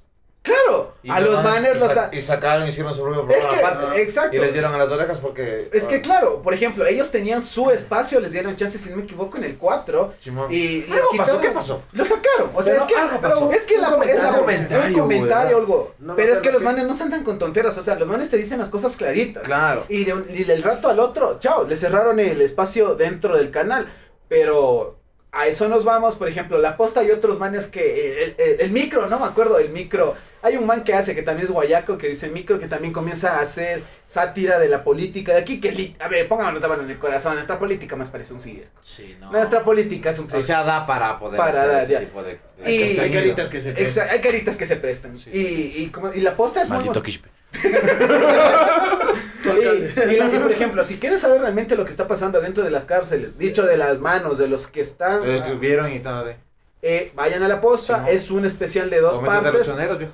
Speaker 3: Claro,
Speaker 1: Y
Speaker 3: a los manes
Speaker 1: y
Speaker 3: los...
Speaker 1: sa-
Speaker 3: ha-
Speaker 1: Y sacaron, hicieron su propio
Speaker 3: Es
Speaker 1: programa
Speaker 3: que,
Speaker 1: aparte.
Speaker 3: exacto.
Speaker 1: Y les dieron a las orejas porque.
Speaker 3: Es que
Speaker 1: ah,
Speaker 3: claro, por ejemplo, ellos tenían su espacio, les dieron chance, si no me equivoco, en el 4.
Speaker 1: Simón.
Speaker 3: Y les
Speaker 1: ¿Algo pasó?
Speaker 3: quitaron-
Speaker 1: ¿Qué pasó?
Speaker 3: Lo sacaron. O sea,
Speaker 1: Pero
Speaker 3: es que,
Speaker 1: algo pasó.
Speaker 3: es que
Speaker 1: Un
Speaker 3: la,
Speaker 1: comentario.
Speaker 3: es la-
Speaker 1: Un comentario,
Speaker 3: un comentario
Speaker 1: güey,
Speaker 3: algo.
Speaker 4: No me
Speaker 3: pero es que
Speaker 4: acuerdo
Speaker 3: los
Speaker 4: qué-
Speaker 3: manes no se andan con tonteras. O sea, los manes te dicen las cosas claritas.
Speaker 1: Claro.
Speaker 3: Y, de un- y del rato al otro, chao, le cerraron el espacio dentro del canal. Pero a eso nos vamos, por ejemplo, La Posta y otros manes que... El, el- el micro, no me acuerdo, el micro. Hay un man que hace, que también es guayaco, que dice micro, que también comienza a hacer sátira de la política de aquí. que li- A ver, pónganme la mano en el corazón. Nuestra política más parece un circo.
Speaker 1: Sí, no.
Speaker 3: Nuestra política es un circo.
Speaker 1: O sea, da para poder
Speaker 3: Para
Speaker 1: hacer
Speaker 3: dar,
Speaker 1: ese
Speaker 3: ya.
Speaker 1: tipo de. de
Speaker 3: Y-
Speaker 1: contenido.
Speaker 4: Hay caritas que se
Speaker 3: Exa- hay caritas que se prestan.
Speaker 1: Sí.
Speaker 3: Y, y, como- y la posta es muy...
Speaker 1: Quispe.
Speaker 3: Y, y la- y, por ejemplo, si quieres saber realmente lo que está pasando dentro de las cárceles, dicho de las manos de los que están,
Speaker 1: Eh, que vieron y tal. de-
Speaker 3: eh, vayan a la posta.
Speaker 1: Sí, no.
Speaker 3: Es un especial de dos
Speaker 1: O métete a los
Speaker 3: partes. Eh,
Speaker 1: choneros, viejo.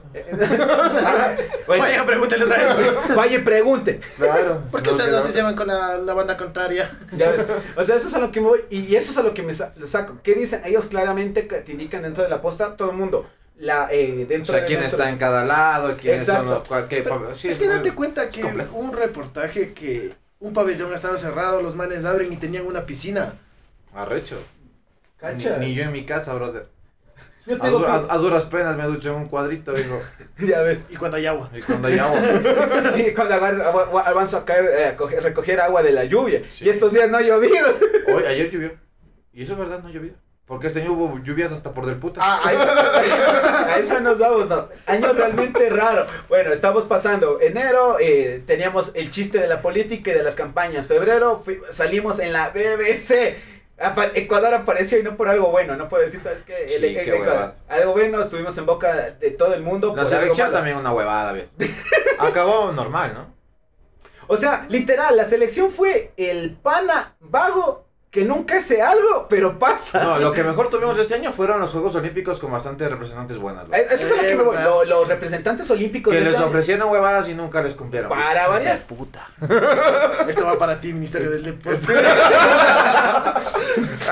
Speaker 3: Ajá. Bueno,
Speaker 4: Vaya, pregúnteles a ellos.
Speaker 3: vaya y pregunte.
Speaker 1: Claro.
Speaker 4: ¿Por qué ustedes no se llevan con la, la banda contraria?
Speaker 3: Ya ves. O sea, eso es a lo que me voy. Y y eso es a lo que me sa- lo saco. ¿Qué dicen? Ellos claramente que te indican dentro de la posta, todo el mundo. La, eh,
Speaker 1: O
Speaker 3: dentro
Speaker 1: sea,
Speaker 3: de
Speaker 1: quién
Speaker 3: nuestro-
Speaker 1: está en cada lado, quiénes son
Speaker 3: Exacto.
Speaker 1: los. cual- qué-
Speaker 2: Pero
Speaker 1: sí,
Speaker 2: es que
Speaker 1: muy-
Speaker 2: date cuenta que
Speaker 1: complejo.
Speaker 2: un reportaje que un pabellón estaba cerrado, los manes abren y tenían una piscina.
Speaker 1: Arrecho. Ni,
Speaker 3: ¿Cachas?
Speaker 1: ni yo en mi casa, brother.
Speaker 3: Yo
Speaker 1: A,
Speaker 3: tengo
Speaker 1: du-
Speaker 3: pe-
Speaker 1: a- a duras penas me ducho en un cuadrito, viejo.
Speaker 3: Ya ves.
Speaker 2: Y cuando hay agua.
Speaker 1: Y cuando hay agua.
Speaker 3: Y cuando agar- agu- agu- avanzo a caer, eh, a coger- recoger agua de la lluvia.
Speaker 1: Sí.
Speaker 3: Y estos días no ha llovido.
Speaker 1: Hoy, ayer llovió. Y eso es verdad, no llovió. Porque este año hubo lluvias hasta por del puta.
Speaker 3: Ah, a, eso, a eso nos vamos, ¿no? Año realmente raro. Bueno, estamos pasando enero, eh, teníamos el chiste de la política y de las campañas. Febrero fui- salimos en la BBC. Apa- Ecuador apareció y no por algo bueno, no puedo decir, ¿sabes qué? El-
Speaker 1: Sí,
Speaker 3: el-
Speaker 1: qué
Speaker 3: Ecuador.
Speaker 1: huevada.
Speaker 3: algo bueno, estuvimos en boca de todo el
Speaker 1: la
Speaker 3: mundo. por algo
Speaker 1: selección
Speaker 3: malo.
Speaker 1: también una huevada, viejo. Acabó normal, ¿no?
Speaker 3: O sea, literal, la selección fue el pana vago que nunca hace algo, pero pasa.
Speaker 1: No, lo que mejor tuvimos este año fueron los Juegos Olímpicos con bastantes representantes buenas. güey.
Speaker 3: Eh, Eso es a lo que me voy.
Speaker 2: Eh,
Speaker 3: Lo- los representantes olímpicos
Speaker 1: que
Speaker 3: de
Speaker 1: les
Speaker 3: este año-
Speaker 1: ofrecieron huevadas y nunca les cumplieron.
Speaker 3: Para variar.
Speaker 2: Esto va para ti, Ministerio del Deporte.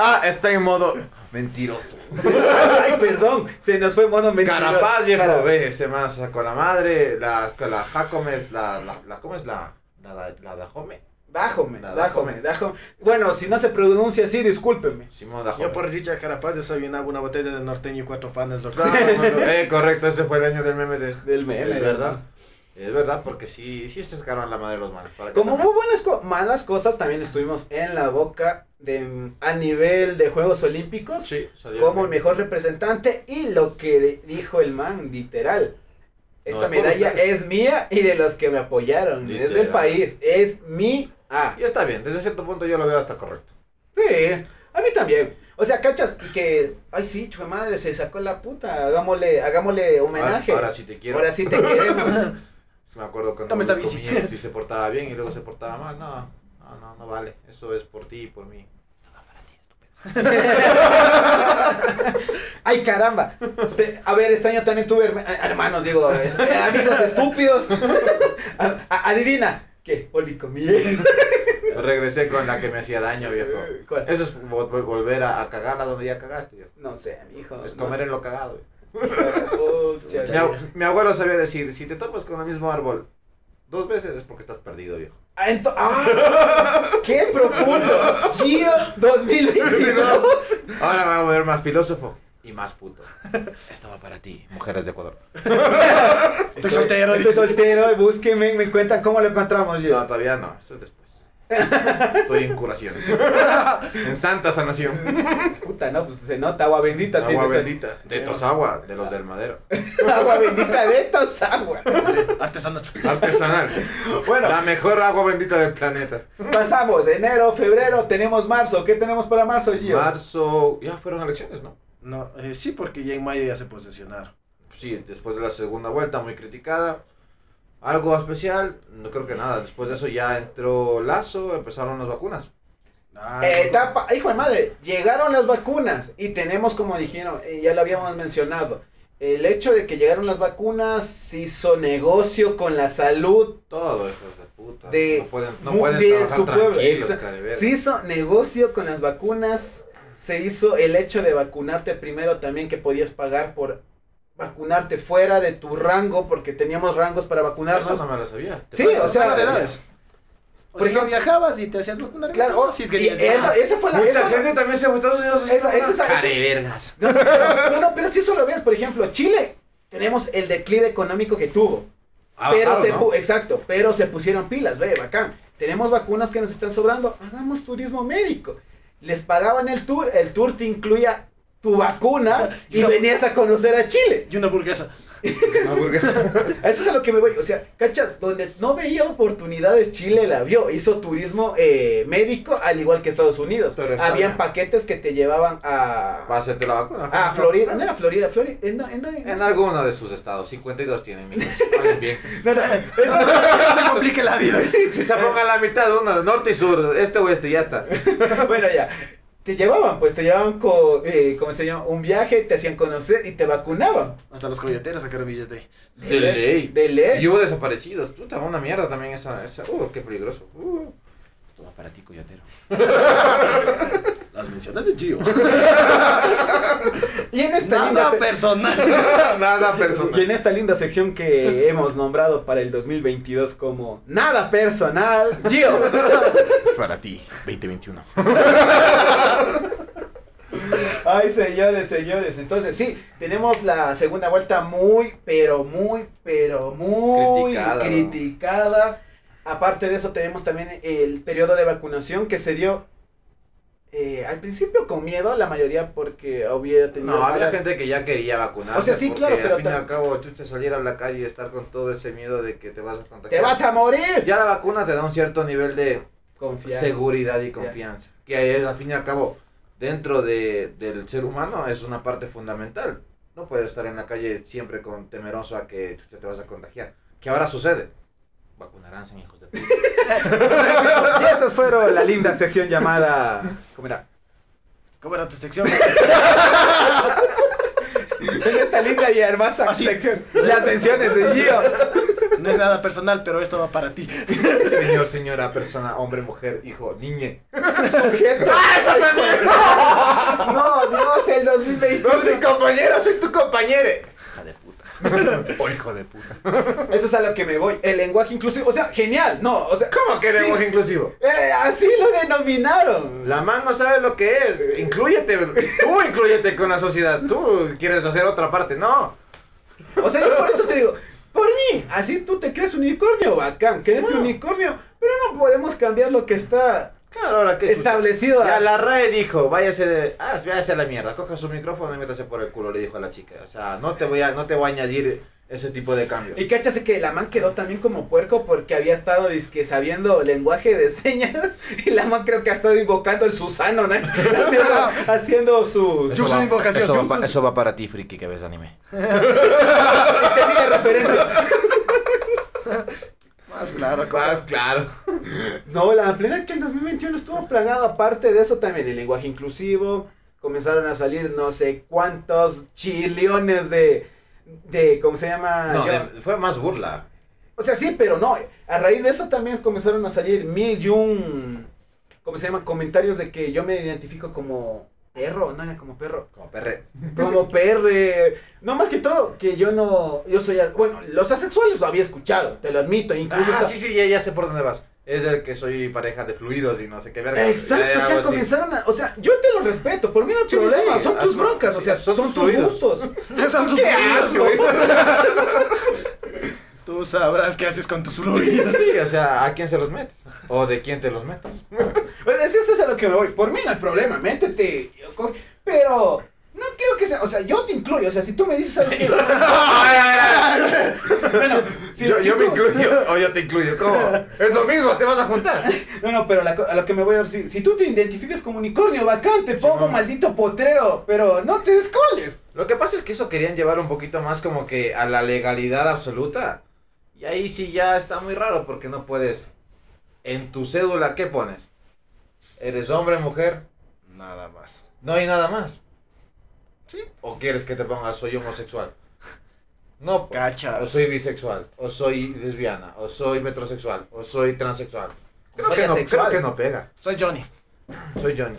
Speaker 1: Ah, está en modo mentiroso.
Speaker 3: Ay, perdón, se nos fue mono mentiroso.
Speaker 1: Carapaz, viejo,
Speaker 3: Cara-
Speaker 1: ve, se más sacó la madre, la, la Jacomes, la, la, la, ¿cómo es la? La, la, la Dajome.
Speaker 3: Dájome,
Speaker 1: Nada,
Speaker 3: dájome, dájome. Bueno, si no se pronuncia así, discúlpeme.
Speaker 1: Simón Dajome.
Speaker 4: Yo por Richard Carapaz desayunaba una botella de norteño y cuatro panes, loco.
Speaker 1: Claro, hermano. Eh, correcto, ese fue el año del meme de...
Speaker 3: Del meme,
Speaker 1: Es verdad. Es verdad, porque sí, sí se sacaron la madre de los manos. ¿para qué
Speaker 3: Como
Speaker 1: también?
Speaker 3: hubo buenas co- malas cosas, también estuvimos en la boca de, a nivel de Juegos Olímpicos
Speaker 1: Sí, salió
Speaker 3: como el
Speaker 1: bien.
Speaker 3: mejor representante y lo que de- dijo el man, literal. Esta
Speaker 1: es por
Speaker 3: medalla
Speaker 1: ustedes.
Speaker 3: es mía y de los que me apoyaron. Es del
Speaker 1: Literal.
Speaker 3: país, es mía.
Speaker 1: Y está bien, desde cierto punto yo lo veo hasta correcto.
Speaker 3: Sí. A mí también. O sea, cachas, y que, ay sí, tu madre se sacó la puta, hagámosle, hagámosle homenaje.
Speaker 1: Ahora, ahora sí te quiero.
Speaker 3: Ahora sí te queremos.
Speaker 1: Sí me acuerdo cuando
Speaker 2: Toma esta
Speaker 1: me
Speaker 2: bici.
Speaker 1: comía, si se portaba bien y luego se portaba mal. No, no, no, no vale. Eso es por ti y por mí.
Speaker 3: Ay, caramba. Te- a ver, este año también tuve herma- eh, hermanos, digo, eh, amigos estúpidos. A- a- adivina. ¿Qué? Volví con mi ex.
Speaker 1: Regresé con la que me hacía daño, viejo.
Speaker 3: ¿Cuál?
Speaker 1: Eso es vol- vol- volver a, a cagar a donde ya cagaste, viejo.
Speaker 3: No sé, mi hijo.
Speaker 1: Es comer en lo cagado. viejo.
Speaker 3: Pucha,
Speaker 1: Mi, ab- mi abuelo sabía decir, si te topas con el mismo árbol dos veces es porque estás perdido, viejo.
Speaker 3: Ah, ento- ah, ¡Qué profundo! Giro 2022.
Speaker 1: Ahora me voy a volver más filósofo y más puto. Esto va para ti, mujeres de Ecuador.
Speaker 2: Estoy soltero.
Speaker 3: Estoy soltero. Búsquenme, me cuentan cómo lo encontramos.
Speaker 1: No,
Speaker 3: Gio.
Speaker 1: todavía no, eso es después. Estoy en curación. en santa sanación.
Speaker 3: Puta, no, pues se nota. Agua bendita
Speaker 1: Agua
Speaker 3: tienes ahí.
Speaker 1: bendita. De Tosagua, de los del madero.
Speaker 3: Agua bendita de estos aguas.
Speaker 2: Artesano.
Speaker 1: Artesanal.
Speaker 3: Bueno,
Speaker 1: La mejor agua bendita del planeta.
Speaker 3: pasamos. Enero, febrero, tenemos marzo. ¿Qué tenemos para marzo, Gio?
Speaker 1: Marzo. Ya fueron elecciones, ¿no?
Speaker 2: No, eh, sí, porque ya en mayo ya se posesionaron.
Speaker 1: pues Sí, después de la segunda vuelta, muy criticada. Algo especial, no creo que nada. Después de eso ya entró Lazo, empezaron las vacunas.
Speaker 2: Ah,
Speaker 3: Eh,
Speaker 2: no.
Speaker 3: etapa, hijo de madre, llegaron las vacunas y tenemos, como dijeron, eh, ya lo habíamos mencionado, el hecho de que llegaron las vacunas se hizo negocio con la salud,
Speaker 1: Todo, hijos de puta.
Speaker 3: De-
Speaker 1: no pueden, no
Speaker 3: mu-
Speaker 1: pueden
Speaker 3: de
Speaker 1: trabajar
Speaker 3: su pueblo,
Speaker 1: tranquilos,
Speaker 3: exa-
Speaker 1: carever.
Speaker 3: se hizo negocio con las vacunas, se hizo el hecho de vacunarte primero también que podías pagar por vacunarte fuera de tu rango porque teníamos rangos para
Speaker 1: Eso
Speaker 3: vacunarnos.
Speaker 1: no me lo sabía.
Speaker 3: Sí,
Speaker 1: Te-
Speaker 3: o sea,
Speaker 1: te-
Speaker 2: edades. O
Speaker 3: Por
Speaker 2: si no
Speaker 3: ejemplo-
Speaker 2: viajabas y te hacías vacunar.
Speaker 3: Claro,
Speaker 2: si es que "Ah,
Speaker 3: y esa, esa fue Pues la
Speaker 1: Mucha
Speaker 3: esa-
Speaker 1: gente también se fue a Estados Unidos. a
Speaker 3: Esa- esa- esa-
Speaker 1: Carevergas.
Speaker 3: No, no, no, no, no, pero si eso lo ves, por ejemplo, Chile, tenemos el declive económico que tuvo. pero
Speaker 1: Avanzaron,
Speaker 3: se
Speaker 1: Ah, ¿no?
Speaker 3: pu- exacto, pero se pusieron pilas, ve, bacán. Tenemos vacunas que nos están sobrando, hagamos turismo médico. Les pagaban el tour, el tour te incluía tu vacuna y
Speaker 2: Yo-
Speaker 3: venías a conocer a Chile.
Speaker 2: Y una hamburguesa.
Speaker 3: A eso es a lo que me voy. O sea, cachas, donde no veía oportunidades, Chile la vio. Hizo turismo eh, médico al igual que Estados Unidos.
Speaker 1: Pero está
Speaker 3: Habían
Speaker 1: bien.
Speaker 3: paquetes que te llevaban a,
Speaker 1: Para hacerte la vacuna.
Speaker 3: a Florida. No eh, era Florida, Florida. en- en- en-
Speaker 1: En alguno de sus estados, 52 tienen, mijos. Valen bien.
Speaker 3: No, eh, no,
Speaker 2: No se complique la vida.
Speaker 1: Sí, chucha, ponga la mitad de uno, norte y sur, este oeste, ya está.
Speaker 3: Bueno, ya. Te llevaban, pues, te llevaban con, eh, ¿cómo se llama? Un viaje, te hacían conocer y te vacunaban. ¿Eh?
Speaker 2: Hasta los coyoteros sacaron billete.
Speaker 1: De ley.
Speaker 3: De ley.
Speaker 1: Y hubo desaparecidos. Puta, una mierda también esa. esa. Uh, qué peligroso. Uh. Esto va para ti, coyotero.
Speaker 2: Las menciones de Gio.
Speaker 3: Y en
Speaker 4: Este
Speaker 3: esta linda...
Speaker 2: Nada
Speaker 3: se-
Speaker 2: personal.
Speaker 1: Nada
Speaker 3: Y en
Speaker 1: personal.
Speaker 3: esta linda sección que hemos nombrado para el 2022 como Nada Personal, Gio.
Speaker 1: Para ti, 2021.
Speaker 3: Ay, señores, señores. Entonces, sí, tenemos la segunda vuelta muy, pero muy, pero muy
Speaker 1: Criticada,
Speaker 3: criticada.
Speaker 1: ¿no?
Speaker 3: Aparte de eso, tenemos también el periodo de vacunación que se dio eh, al principio con miedo, la mayoría porque había tenido.
Speaker 1: No, había
Speaker 3: mala-
Speaker 1: gente que ya quería vacunarse.
Speaker 3: O sea, sí,
Speaker 1: porque
Speaker 3: claro, pero
Speaker 1: Al fin y
Speaker 3: tam-
Speaker 1: al cabo, chucha, salir a la calle y estar con todo ese miedo de que te vas a contagiar.
Speaker 3: ¡Te vas a morir!
Speaker 1: Ya la vacuna te da un cierto nivel de
Speaker 3: Confianza.
Speaker 1: seguridad y confianza. Que es, al fin y al cabo, dentro de, del ser humano es una parte fundamental. No puedes estar en la calle siempre con temeroso a que chucha, te vas a contagiar. ¿Qué ahora sucede? Vacunarán, sin hijos de puta.
Speaker 3: Y estas fueron la linda sección llamada. ¿Cómo era?
Speaker 2: ¿Cómo era tu sección?
Speaker 3: En esta linda y
Speaker 1: Ah,
Speaker 3: hermosa sección, las menciones de Gio.
Speaker 2: No es nada personal, pero esto va para ti.
Speaker 1: Señor, señora, persona, hombre, mujer, hijo, niñe.
Speaker 3: Sujeto.
Speaker 1: ¡Ah, ¡Eso también!
Speaker 3: No, Dios, el 2021.
Speaker 1: No soy compañero, soy tu compañero. Hija de puta. O hijo de puta.
Speaker 3: Eso es a lo que me voy. El lenguaje inclusivo. O sea, genial. No, o sea.
Speaker 1: ¿Cómo que lenguaje inclusivo?
Speaker 3: eh, así lo denominaron.
Speaker 1: La man no sabe lo que es. Inclúyete. Tú inclúyete con la sociedad. Tú quieres hacer otra parte. No.
Speaker 3: O sea, yo por eso te digo. Por mí, así tú te crees unicornio, bacán, créete
Speaker 1: Claro.
Speaker 3: unicornio, pero no podemos cambiar lo que está
Speaker 1: Claro, ahora que.
Speaker 3: establecido.
Speaker 1: Ya la RAE dijo, váyase de. Ah, váyase a la mierda. Coja su micrófono y métase por el culo, le dijo a la chica. O sea, no te voy a, no te voy a añadir ese tipo de cambios.
Speaker 3: Y cáchase que la man quedó también como puerco porque había estado dizque sabiendo lenguaje de señas y la man creo que ha estado invocando el Susano, ¿no? haciendo, haciendo sus...
Speaker 2: Yo
Speaker 1: Eso
Speaker 2: soy
Speaker 1: va-
Speaker 2: invocación,
Speaker 1: eso
Speaker 2: yo
Speaker 1: va pa-
Speaker 2: soy-
Speaker 1: eso va para ti, friki, que ves anime.
Speaker 4: Este
Speaker 3: técnica de referencia.
Speaker 2: Más claro.
Speaker 1: Más claro.
Speaker 3: No, la plena que el 2021 estuvo plagado, aparte de eso también el lenguaje inclusivo, comenzaron a salir no sé cuántos chiliones de... de ¿Cómo se llama?
Speaker 1: No,
Speaker 3: Yo-
Speaker 1: de- fue más burla.
Speaker 3: O sea, sí, pero no. A raíz de eso también comenzaron a salir mil y un. ¿Cómo se llama? Comentarios de que yo me identifico como perro, no era como perro.
Speaker 1: Como perre.
Speaker 3: Como perro. No más que todo, que yo no. Yo soy. a- Bueno, los asexuales lo había escuchado, te lo admito. Incluso.
Speaker 1: Ah,
Speaker 3: hasta-
Speaker 1: sí, sí, ya, ya sé por dónde vas. Es el que soy pareja de fluidos y no sé qué verga.
Speaker 3: Exacto,
Speaker 1: Ya, ya,
Speaker 3: o sea,
Speaker 1: Eh, algo así.
Speaker 3: comenzaron a. O sea, yo te lo respeto, por mí no hay
Speaker 1: Sí, sí,
Speaker 3: problema,
Speaker 1: sí,
Speaker 3: son tus
Speaker 1: hazlo.
Speaker 3: broncas, o
Speaker 1: Sí,
Speaker 3: sea,
Speaker 1: son
Speaker 3: son,
Speaker 1: tus
Speaker 3: tus
Speaker 1: fluidos.
Speaker 3: gustos.
Speaker 1: ¡Qué asco!
Speaker 2: Tú sabrás qué haces con tus fluidos.
Speaker 1: Sí, o sea, ¿a quién se los metes? ¿O de quién te los metas?
Speaker 3: Bueno, es eso es a lo que me voy. Por mí no hay problema, métete. yo co- Pero no creo que sea. O sea, yo te incluyo. O sea, si tú me dices, ¿sabes qué? bueno, si-
Speaker 1: yo
Speaker 3: si
Speaker 1: yo me
Speaker 3: tú-
Speaker 1: incluyo, o yo te incluyo. ¿Cómo? El domingo te vas a juntar.
Speaker 3: No, no, pero la co- a lo que me voy a decir. Si tú te identificas como unicornio vacante, pongo
Speaker 1: no.
Speaker 3: maldito potrero. Pero no te descoles.
Speaker 1: Lo que pasa es que eso querían llevar un poquito más como que a la legalidad absoluta. Y ahí sí ya está muy raro porque no puedes. En tu cédula, ¿qué pones? ¿Eres hombre, mujer?
Speaker 2: Nada más.
Speaker 1: No hay nada más. ¿Sí? ¿O quieres que te ponga soy homosexual? No, pues.
Speaker 2: Cacha.
Speaker 1: o soy bisexual, o soy lesbiana, o soy metrosexual, o soy transexual. Creo,
Speaker 3: Soy
Speaker 1: que no,
Speaker 3: asexual.
Speaker 1: creo que no pega.
Speaker 2: Soy Johnny.
Speaker 1: Soy Johnny.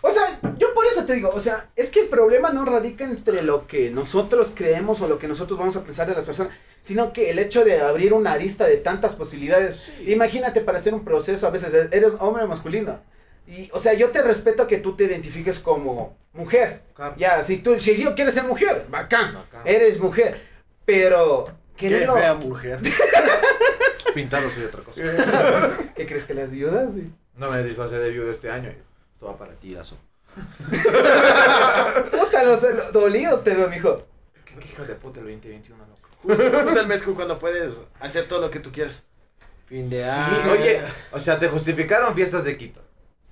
Speaker 3: O sea, yo por eso te digo, o sea, es que el problema no radica entre lo que nosotros creemos o lo que nosotros vamos a pensar de las personas, sino que el hecho de abrir una arista de tantas posibilidades. Imagínate para hacer un proceso, a veces e-, eres hombre masculino. Y, o sea, yo te respeto que tú te identifiques como mujer.
Speaker 1: Claro.
Speaker 3: Ya, si tú, si yo quieres ser mujer, bacán,
Speaker 1: Bacán.
Speaker 3: eres mujer. Pero,
Speaker 2: Qué
Speaker 3: quererlo-
Speaker 2: fea mujer.
Speaker 1: Pintado soy otra cosa.
Speaker 3: ¿Qué crees que las viudas? güey?
Speaker 1: No me disfrazé de viudo este año. Esto va para ti, Lazo.
Speaker 3: Puta, lo, lo- dolido te veo, mijo.
Speaker 1: ¿Qué, qué hijo de puta el 2021, loco?
Speaker 4: Usa el Mescu cuando puedes hacer todo lo que tú quieras. Fin de
Speaker 1: Sí,
Speaker 4: año.
Speaker 1: oye, o sea, te justificaron fiestas de Quito.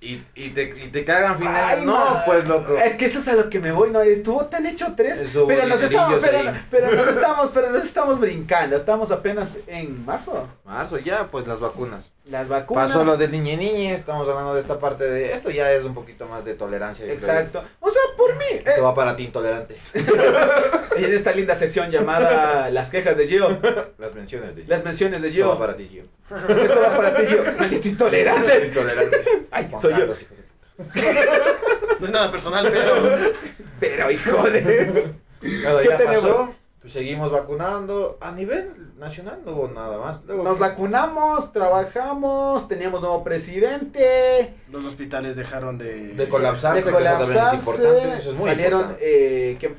Speaker 1: Y, y, te, y te cagan final.
Speaker 3: Ay,
Speaker 1: no,
Speaker 3: ma-
Speaker 1: pues loco.
Speaker 3: Es que eso es a lo que me voy, ¿no? Estuvo tan hecho tres.
Speaker 1: Eso,
Speaker 3: pero, nos
Speaker 1: dinerillos
Speaker 3: estamos, pero,
Speaker 1: ahí.
Speaker 3: pero nos estamos, pero nos estamos brincando. Estamos apenas en marzo.
Speaker 1: Marzo ya, pues las vacunas.
Speaker 3: Las vacunas.
Speaker 1: Pasó lo del niñe niñe, estamos hablando de esta parte de esto ya es un poquito más de tolerancia. yo creo.
Speaker 3: Exacto. O sea, por mí. eh,
Speaker 1: Esto va para ti intolerante.
Speaker 3: Y en esta linda sección llamada Las quejas de Gio,
Speaker 1: Las menciones de Gio.
Speaker 3: las menciones de
Speaker 1: Esto va
Speaker 3: Gio.
Speaker 1: para ti, Gio.
Speaker 3: Esto va para ti, Gio. Maldito intolerante.
Speaker 1: Intolerante.
Speaker 3: Ay,
Speaker 1: Juan
Speaker 3: soy yo.
Speaker 1: Carlos, hijo de puta.
Speaker 4: No es nada personal, pero.
Speaker 3: Pero hijo de.
Speaker 1: Claro,
Speaker 3: ¿Qué
Speaker 1: ya
Speaker 3: tenemos?
Speaker 1: pasó. Pues seguimos vacunando. A nivel nacional no hubo nada más. Luego-
Speaker 3: Nos vacunamos, trabajamos, teníamos nuevo presidente.
Speaker 2: Los hospitales dejaron de.
Speaker 1: De colapsarse,
Speaker 3: De
Speaker 1: que eso también es
Speaker 3: colapsarse,
Speaker 1: importante. Eso es muy
Speaker 3: salieron,
Speaker 1: importante.
Speaker 3: eh, ¿qué,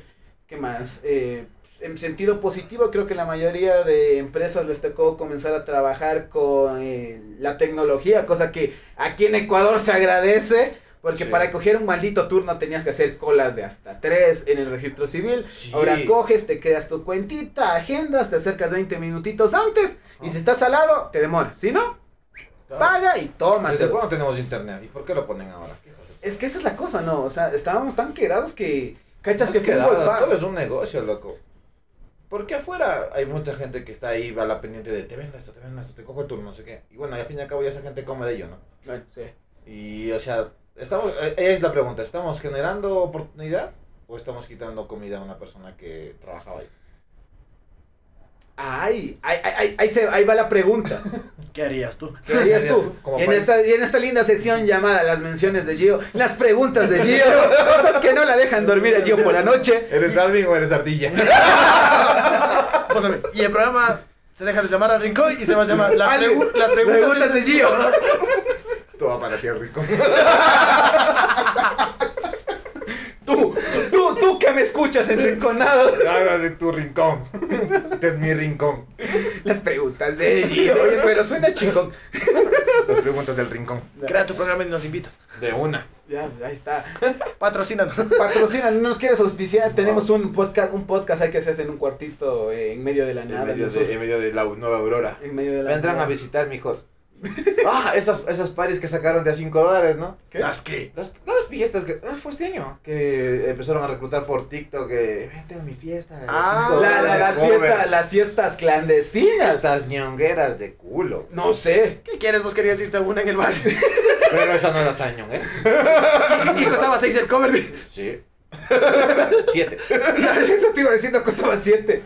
Speaker 3: qué más? Eh, en sentido positivo, creo que la mayoría de empresas les tocó comenzar a trabajar con eh, la tecnología, cosa que aquí en Ecuador se agradece,
Speaker 1: Sí.
Speaker 3: porque para coger un maldito turno tenías que hacer colas de hasta tres en el registro civil.
Speaker 1: Sí.
Speaker 3: Ahora coges, te creas tu cuentita, agendas, te acercas 20 minutitos antes,
Speaker 1: Ah.
Speaker 3: y si estás al lado, te demoras. Si no, paga y toma.
Speaker 1: ¿Desde cuándo tenemos internet? ¿Y por qué lo ponen ahora? ¿Qué hijos de
Speaker 3: Es que esa es la cosa, ¿no? O sea, estábamos tan quedados que. ¿Cachas
Speaker 1: No
Speaker 3: que
Speaker 1: es que
Speaker 3: fútbol,
Speaker 1: dadas,
Speaker 3: pa?
Speaker 1: todo es un negocio, loco. Porque afuera hay mucha gente que está ahí, va a la pendiente de te vendo esto, te vendo esto, te cojo el turno, no sé qué. Y bueno, y al fin y al cabo ya esa gente come de ello, ¿no?
Speaker 3: Bueno, sí.
Speaker 1: Y, o sea, estamos, eh, es la pregunta, ¿estamos generando oportunidad o estamos quitando comida a una persona que trabajaba ahí?
Speaker 3: Ay, ay, ay, ay, ahí, se, ahí va la pregunta.
Speaker 2: ¿Qué harías tú?
Speaker 3: ¿Qué harías
Speaker 1: ¿Qué harías
Speaker 3: tú?
Speaker 1: tú como
Speaker 3: Y en,
Speaker 1: país?
Speaker 3: esta, y en esta linda sección llamada Las menciones de Gio, las preguntas de Gio, cosas que no la dejan dormir a Gio por la noche.
Speaker 1: ¿Eres Alvin o eres Ardilla?
Speaker 2: Pásame. Y el programa se deja de llamar al rincón y se va a llamar las,
Speaker 3: Ale,
Speaker 2: pregu- las preguntas.
Speaker 3: preguntas de Gio.
Speaker 1: Esto va para ti, Rico.
Speaker 3: Tú, tú, tú que me escuchas enrinconado.
Speaker 1: Nada de tu rincón. Este es mi rincón.
Speaker 3: Las preguntas de Gio. Oye, pero suena chico.
Speaker 1: Las preguntas del rincón.
Speaker 2: Crea tu programa y nos invitas.
Speaker 1: De una.
Speaker 3: Ya, ahí está.
Speaker 2: Patrocínanos.
Speaker 3: Patrocina, no nos quieres auspiciar. Tenemos un podcast, un podcast hay que hacerse en un cuartito eh, en medio de la nada.
Speaker 1: En medio,
Speaker 3: nosotros-
Speaker 1: de, en medio de la nueva aurora.
Speaker 3: en medio de la
Speaker 1: Vendrán
Speaker 3: nada.
Speaker 1: a visitar, mijos. Ah, esas, esas paris que sacaron de a 5 dólares, ¿no?
Speaker 3: ¿Qué?
Speaker 2: Las que.
Speaker 1: Las, las fiestas que. Ah, fue este año. Que empezaron a reclutar por TikTok. Que vente a mi fiesta. de
Speaker 2: Ah,
Speaker 1: cinco
Speaker 3: La- la-
Speaker 1: dólares,
Speaker 3: las
Speaker 1: cover".
Speaker 3: fiestas- las fiestas clandestinas.
Speaker 1: Estas ñongueras de culo.
Speaker 3: No sé.
Speaker 2: ¿Qué quieres? Vos querías irte a una en el bar.
Speaker 1: Pero esa no era tan ñonguera.
Speaker 2: Y costaba 6 el cover. de-
Speaker 1: Sí. Siete.
Speaker 3: Eso te iba diciendo, costaba 7.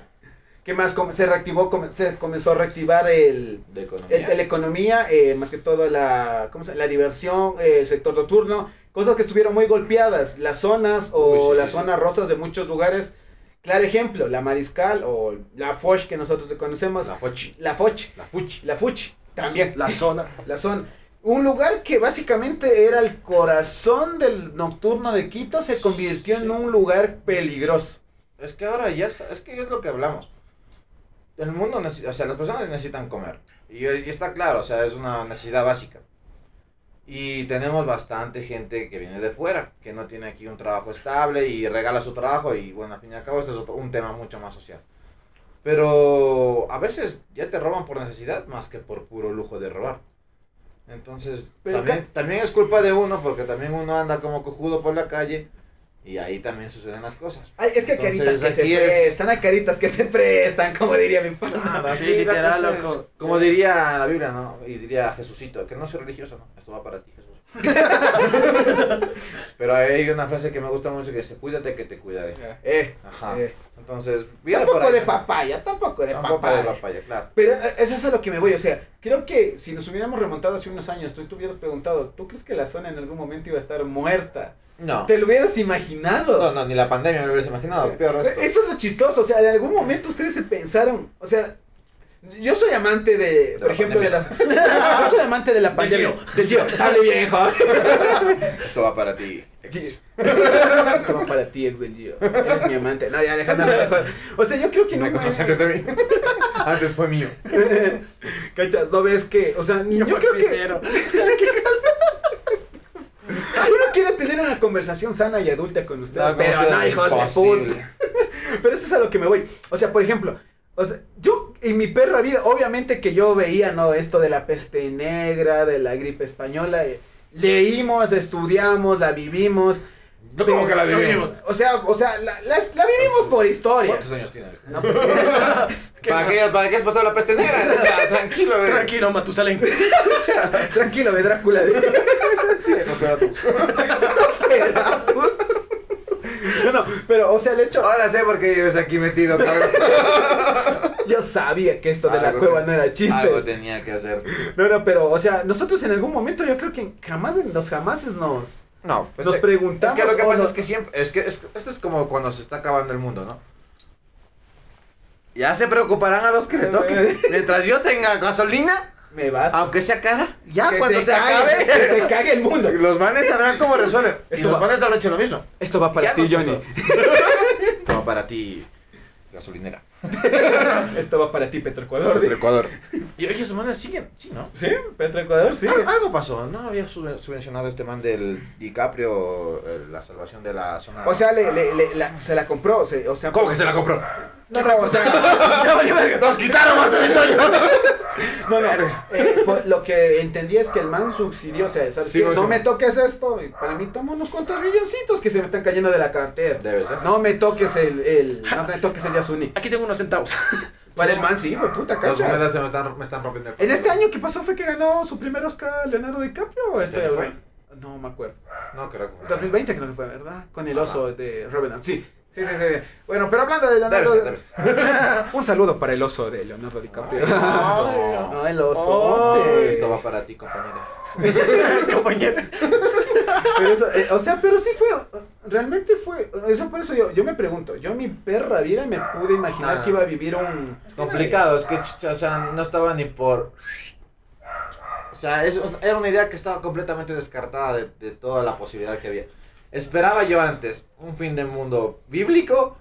Speaker 3: ¿Qué más? Com- Se reactivó, com- se comenzó a reactivar el,
Speaker 1: De economía.
Speaker 3: el- la economía, eh, más que todo la, ¿cómo se llama? la diversión, eh, el sector nocturno, cosas que estuvieron muy golpeadas. Las zonas o
Speaker 1: Uy, sí,
Speaker 3: las
Speaker 1: sí,
Speaker 3: zonas rosas de muchos lugares. Claro ejemplo, la Mariscal o la Foch que nosotros le conocemos.
Speaker 1: La Fochi.
Speaker 3: La Foch,
Speaker 1: La Fuchi.
Speaker 3: la Fuch, también.
Speaker 2: La zona.
Speaker 3: La zona. Un lugar que básicamente era el corazón del nocturno de Quito se convirtió
Speaker 1: Sí.
Speaker 3: en un lugar peligroso.
Speaker 1: Es que ahora ya, sa- es que es lo que hablamos. El mundo, neces- o sea, las personas necesitan comer. Y, y está claro, o sea, es una necesidad básica. Y tenemos bastante gente que viene de fuera, que no tiene aquí un trabajo estable y regala su trabajo y bueno, al fin y al cabo, este es otro- un tema mucho más social. Pero a veces ya te roban por necesidad más que por puro lujo de robar. Entonces,
Speaker 3: Pero
Speaker 1: también, también es culpa de uno porque también uno anda como cojudo por la calle y ahí también suceden las cosas.
Speaker 3: Ay, es que hay
Speaker 1: Entonces,
Speaker 3: caritas que se
Speaker 1: aquí eres-
Speaker 3: prestan, hay caritas que se prestan, como diría mi pana.
Speaker 1: Aquí
Speaker 2: sí,
Speaker 1: la
Speaker 2: literal,
Speaker 1: cosa es,
Speaker 2: loco.
Speaker 1: Como diría la Biblia, ¿no? Y diría Jesucito, que no soy religioso, ¿no? Esto va para ti, Jesús. Pero hay una frase que me gusta mucho que dice, cuídate que te cuidaré.
Speaker 3: Eh,
Speaker 1: Ajá.
Speaker 3: eh.
Speaker 1: Entonces, viene por
Speaker 3: Tampoco
Speaker 1: ahí,
Speaker 3: de
Speaker 1: ¿no?
Speaker 3: papaya, tampoco de
Speaker 1: Tampoco
Speaker 3: papaya.
Speaker 1: de papaya, claro.
Speaker 3: Pero eh, eso es a lo que me voy, o sea, creo que si nos hubiéramos remontado hace unos años, tú te hubieras preguntado, ¿tú crees que la zona en algún momento iba a estar muerta?
Speaker 1: No.
Speaker 3: ¿Te lo hubieras imaginado?
Speaker 1: No, no, ni la pandemia me lo hubiese
Speaker 3: Ah,
Speaker 1: imaginado, peor esto.
Speaker 3: Eh, Eso es lo chistoso, o sea, en algún momento ustedes se pensaron, o sea, yo soy amante de, por
Speaker 1: la
Speaker 3: ejemplo, de las... yo soy amante de la pandemia.
Speaker 2: Gio.
Speaker 3: Del Gio. Hable bien, joven.
Speaker 1: Esto va para ti. ex.
Speaker 3: Gio. Esto va para ti, ex del Gio. Eres mi amante. No, ya, Alejandro, no, joder. O sea, yo creo que
Speaker 1: Me
Speaker 3: no...
Speaker 1: conocí antes de mí. Antes fue mío.
Speaker 3: Cachas, no ves que, o sea, yo,
Speaker 2: Yo
Speaker 3: creo que...
Speaker 2: primero.
Speaker 3: Uno quiere tener una conversación sana y adulta con ustedes,
Speaker 1: No,
Speaker 3: pero
Speaker 1: como
Speaker 3: no,
Speaker 1: sea,
Speaker 3: hijos de
Speaker 1: imposible.
Speaker 3: puta. Pero eso es a lo que me voy. O sea, por ejemplo, o sea, yo en mi perra vida, obviamente que yo veía, ¿no? Esto de la peste negra, de la gripe española. eh, leímos, estudiamos, la vivimos.
Speaker 1: No como que la
Speaker 2: No
Speaker 1: vivimos.
Speaker 2: vivimos.
Speaker 3: O sea, o sea, la, la- la vivimos por historia.
Speaker 1: ¿Cuántos años tiene?
Speaker 3: No, pues, porque-
Speaker 1: ¿Para qué, ¿Para qué has pasado la peste negra? O sea, tranquilo, a ver.
Speaker 2: Tranquilo, Matusalén.
Speaker 3: tranquilo, ve Drácula.
Speaker 1: No, espera tú.
Speaker 3: No, no, pero, o sea, el hecho, ah,
Speaker 1: Ahora sé por qué vives aquí metido, cabrón.
Speaker 3: yo sabía que esto de la
Speaker 1: Algo
Speaker 3: cueva
Speaker 1: te-
Speaker 3: no era chiste.
Speaker 1: Algo tenía que hacer.
Speaker 3: No, no, pero, o sea, nosotros en algún momento yo creo que jamás en los jamases nos,
Speaker 1: No, pues,
Speaker 3: nos
Speaker 1: eh, es
Speaker 3: preguntamos.
Speaker 1: que lo que
Speaker 3: o
Speaker 1: pasa
Speaker 3: nos-
Speaker 1: es que siempre, es que es- esto es como cuando se está acabando el mundo, ¿no? Ya se preocuparán a los que
Speaker 3: Eh,
Speaker 1: le toquen. Mientras yo tenga gasolina,
Speaker 3: Me basta.
Speaker 1: aunque sea cara, ya
Speaker 3: Que
Speaker 1: cuando se,
Speaker 3: cague, Que se
Speaker 1: acabe,
Speaker 3: cague el mundo.
Speaker 1: los manes sabrán cómo resuelven. Y
Speaker 3: Esto
Speaker 1: los
Speaker 3: va-
Speaker 1: manes habrán hecho lo mismo.
Speaker 3: Esto va para
Speaker 1: Ya
Speaker 3: ti,
Speaker 1: nos
Speaker 3: Johnny.
Speaker 1: pasó. Esto va para ti, gasolinera.
Speaker 3: Esto va para ti, Petroecuador.
Speaker 1: Del Ecuador. Y oye, esos manes siguen, sí, ¿no?
Speaker 3: Sí, Petroecuador, sí.
Speaker 1: Al- algo pasó, no había sub- subvencionado este man del DiCaprio eh, la salvación de la zona.
Speaker 3: O sea, le, le- le- la- se la compró. se- o sea,
Speaker 1: ¿Cómo que se la compró?
Speaker 3: No, no, o sea,
Speaker 2: Ya valió verga.
Speaker 1: ¡Nos quitaron más territorio!
Speaker 3: no, no. eh, por- lo que entendí es que el man subsidió. O sea, ¿sabes
Speaker 1: Sí,
Speaker 3: qué?
Speaker 1: o sea.
Speaker 3: no me toques esto. y Para mí, toma unos cuantos milloncitos que se me están cayendo de la cartera.
Speaker 1: Debe ser.
Speaker 3: No me toques el, el- no me toques el Yasuni.
Speaker 2: Aquí tengo unos centavos.
Speaker 3: Para el man, sí, güey, puta,
Speaker 1: Las
Speaker 3: cachas.
Speaker 1: monedas se me están, me están rompiendo el
Speaker 3: En este año que pasó fue que ganó su primer Oscar Leonardo DiCaprio. Este,
Speaker 1: ¿Quién fue?
Speaker 3: No me acuerdo.
Speaker 1: No, creo que fue.
Speaker 3: 2020 creo que fue, ¿verdad? Con el
Speaker 1: Ajá.
Speaker 3: oso de Revenant. Sí. Sí, sí, sí. Bueno, pero hablando de Leonardo.
Speaker 1: Debe ser, debe
Speaker 3: Un saludo para el oso de Leonardo DiCaprio.
Speaker 1: Ay,
Speaker 3: No,
Speaker 1: no. Oh,
Speaker 3: el oso. Eh,
Speaker 2: Ay,
Speaker 1: Esto va para ti, compañera.
Speaker 2: Compañero.
Speaker 3: Pero eso, eh, o sea, pero sí fue. Realmente fue. Eso por eso yo, yo me pregunto. Yo en mi perra vida me pude imaginar
Speaker 1: Ah.
Speaker 3: que iba a vivir un.
Speaker 1: Es complicado, es que, chucha, o sea, no estaba ni por. O sea, es- era una idea que estaba completamente descartada de, de toda la posibilidad que había. Esperaba yo antes un fin del mundo bíblico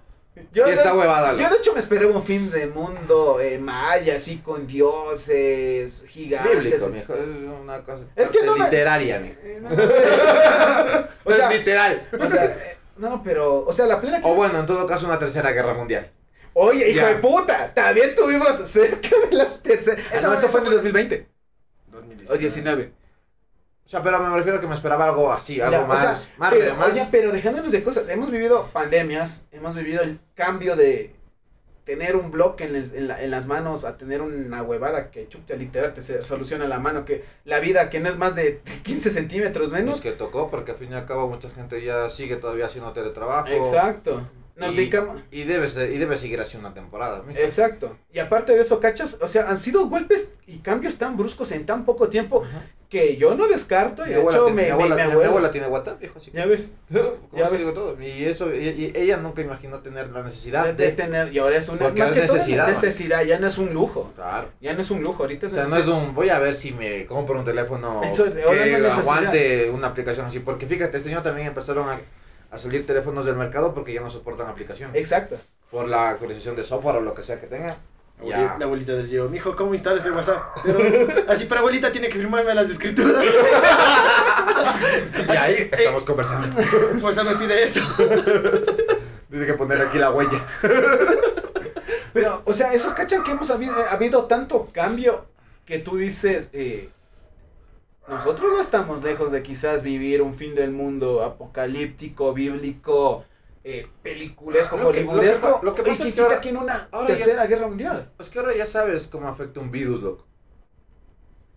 Speaker 3: Yo,
Speaker 1: Y esta
Speaker 3: de,
Speaker 1: huevada,
Speaker 3: yo,
Speaker 1: loco.
Speaker 3: de hecho me esperé un fin de mundo eh, maya, así con dioses, gigantes.
Speaker 1: Bíblico, mijo. Es una cosa.
Speaker 3: Es que no me-
Speaker 1: Literaria, mijo.
Speaker 3: Eh, no, no. o sea,
Speaker 1: es literal.
Speaker 3: o sea, eh, no, no, pero, o sea, la plena... que-
Speaker 1: O bueno, en todo caso, una tercera guerra mundial.
Speaker 3: Oye, hijo
Speaker 1: Ya.
Speaker 3: de puta, también tuvimos cerca de las terceras... Ah,
Speaker 2: Eso-
Speaker 3: no, eso
Speaker 2: eso
Speaker 3: fue en el
Speaker 2: fue-
Speaker 3: 2020 o Oh,
Speaker 2: 2019.
Speaker 3: 19.
Speaker 1: O sea, pero me refiero a que me esperaba algo así, algo
Speaker 3: Ya, o
Speaker 1: más.
Speaker 3: sea,
Speaker 1: más,
Speaker 3: pero,
Speaker 1: más-
Speaker 3: oye, pero dejándonos de cosas, hemos vivido pandemias, hemos vivido el cambio de tener un bloque en, el- en la- en las manos a tener una huevada que chucha literal te se soluciona la mano, que la vida que no es más de 15 centímetros menos.
Speaker 1: Es que tocó, porque al fin y al cabo mucha gente ya sigue todavía haciendo teletrabajo.
Speaker 3: Exacto. Nos
Speaker 1: y,
Speaker 3: dedicamos-
Speaker 1: y debe, ser- y debe seguir así una temporada. mijo.
Speaker 3: Exacto. Y aparte de eso, cachas, o sea, han sido golpes y cambios tan bruscos en tan poco tiempo
Speaker 1: Ajá.
Speaker 3: que yo no descarto y
Speaker 1: Mi
Speaker 3: de
Speaker 1: abuela
Speaker 3: hecho
Speaker 1: tiene-
Speaker 3: me,
Speaker 1: mi abuela-
Speaker 3: me- me
Speaker 1: mi
Speaker 3: abuelo-
Speaker 1: abuela tiene WhatsApp, hijo, así que-
Speaker 3: Ya ves,
Speaker 1: Como
Speaker 3: Ya
Speaker 1: te
Speaker 3: ves.
Speaker 1: digo todo. Y eso, y, y ella nunca imaginó tener la necesidad
Speaker 3: de,
Speaker 1: de.
Speaker 3: tener, y ahora es una
Speaker 1: Porque
Speaker 3: más
Speaker 1: es
Speaker 3: que todo
Speaker 1: necesidad, ¿no?
Speaker 3: necesidad, ya no es un lujo.
Speaker 1: Claro.
Speaker 3: Ya no es un lujo, ahorita
Speaker 1: O sea, no es un. Voy a ver si me compro un teléfono
Speaker 3: Eso, ahora no
Speaker 1: que
Speaker 3: necesidad.
Speaker 1: aguante una aplicación así. Porque fíjate, este año también empezaron a, a salir teléfonos del mercado porque ya no soportan aplicaciones.
Speaker 3: Exacto.
Speaker 1: Por la actualización de software o lo que sea que tenga.
Speaker 2: Aboli-
Speaker 1: Ya.
Speaker 2: La abuelita del Diego, mijo, ¿cómo instalo este WhatsApp? Pero, así, pero abuelita tiene que firmarme las escrituras.
Speaker 1: Y
Speaker 2: Eh,
Speaker 1: ahí estamos conversando.
Speaker 2: Por eso eh, me pide esto.
Speaker 1: Tiene que poner aquí la huella.
Speaker 3: Pero, o sea, eso cachan que hemos habido, eh, habido tanto cambio que tú dices, eh, nosotros no estamos lejos de quizás vivir un fin del mundo apocalíptico, bíblico, eh, peliculesco,
Speaker 1: Ah, Lo que- lo que
Speaker 3: hollywoodesco,
Speaker 1: pa- lo que
Speaker 3: y
Speaker 1: pasa es que ahora-
Speaker 3: aquí en una
Speaker 1: ahora ya-
Speaker 3: tercera guerra mundial.
Speaker 1: Es que ahora ya sabes cómo afecta un virus, loco.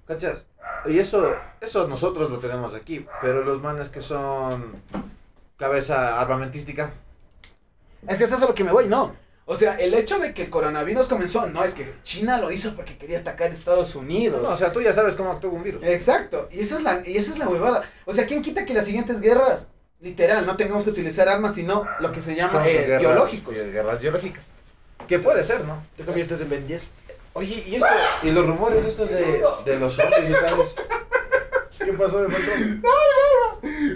Speaker 1: ¿Cachas? Y eso, eso nosotros lo tenemos aquí, pero los manes que son cabeza armamentística.
Speaker 3: Es que eso es a lo que me voy, no. O sea, el hecho de que el coronavirus comenzó, no, es que China lo hizo porque quería atacar a Estados Unidos.
Speaker 1: No, o sea, tú ya sabes cómo actúa un virus.
Speaker 3: Eh, Exacto, y esa es la, y esa es la huevada. O sea, ¿quién quita que las siguientes guerras, literal, no tengamos que utilizar armas, sino lo que se
Speaker 1: Son
Speaker 3: llama eh,
Speaker 1: guerras-
Speaker 3: biológicos?
Speaker 1: eh, Guerras biológicas. Que puede ser, ¿no?
Speaker 4: Te conviertes en Ben 10.
Speaker 1: Oye, y esto, y los rumores estos de, de los zombies y tales.
Speaker 2: ¿Qué pasó? Me faltó.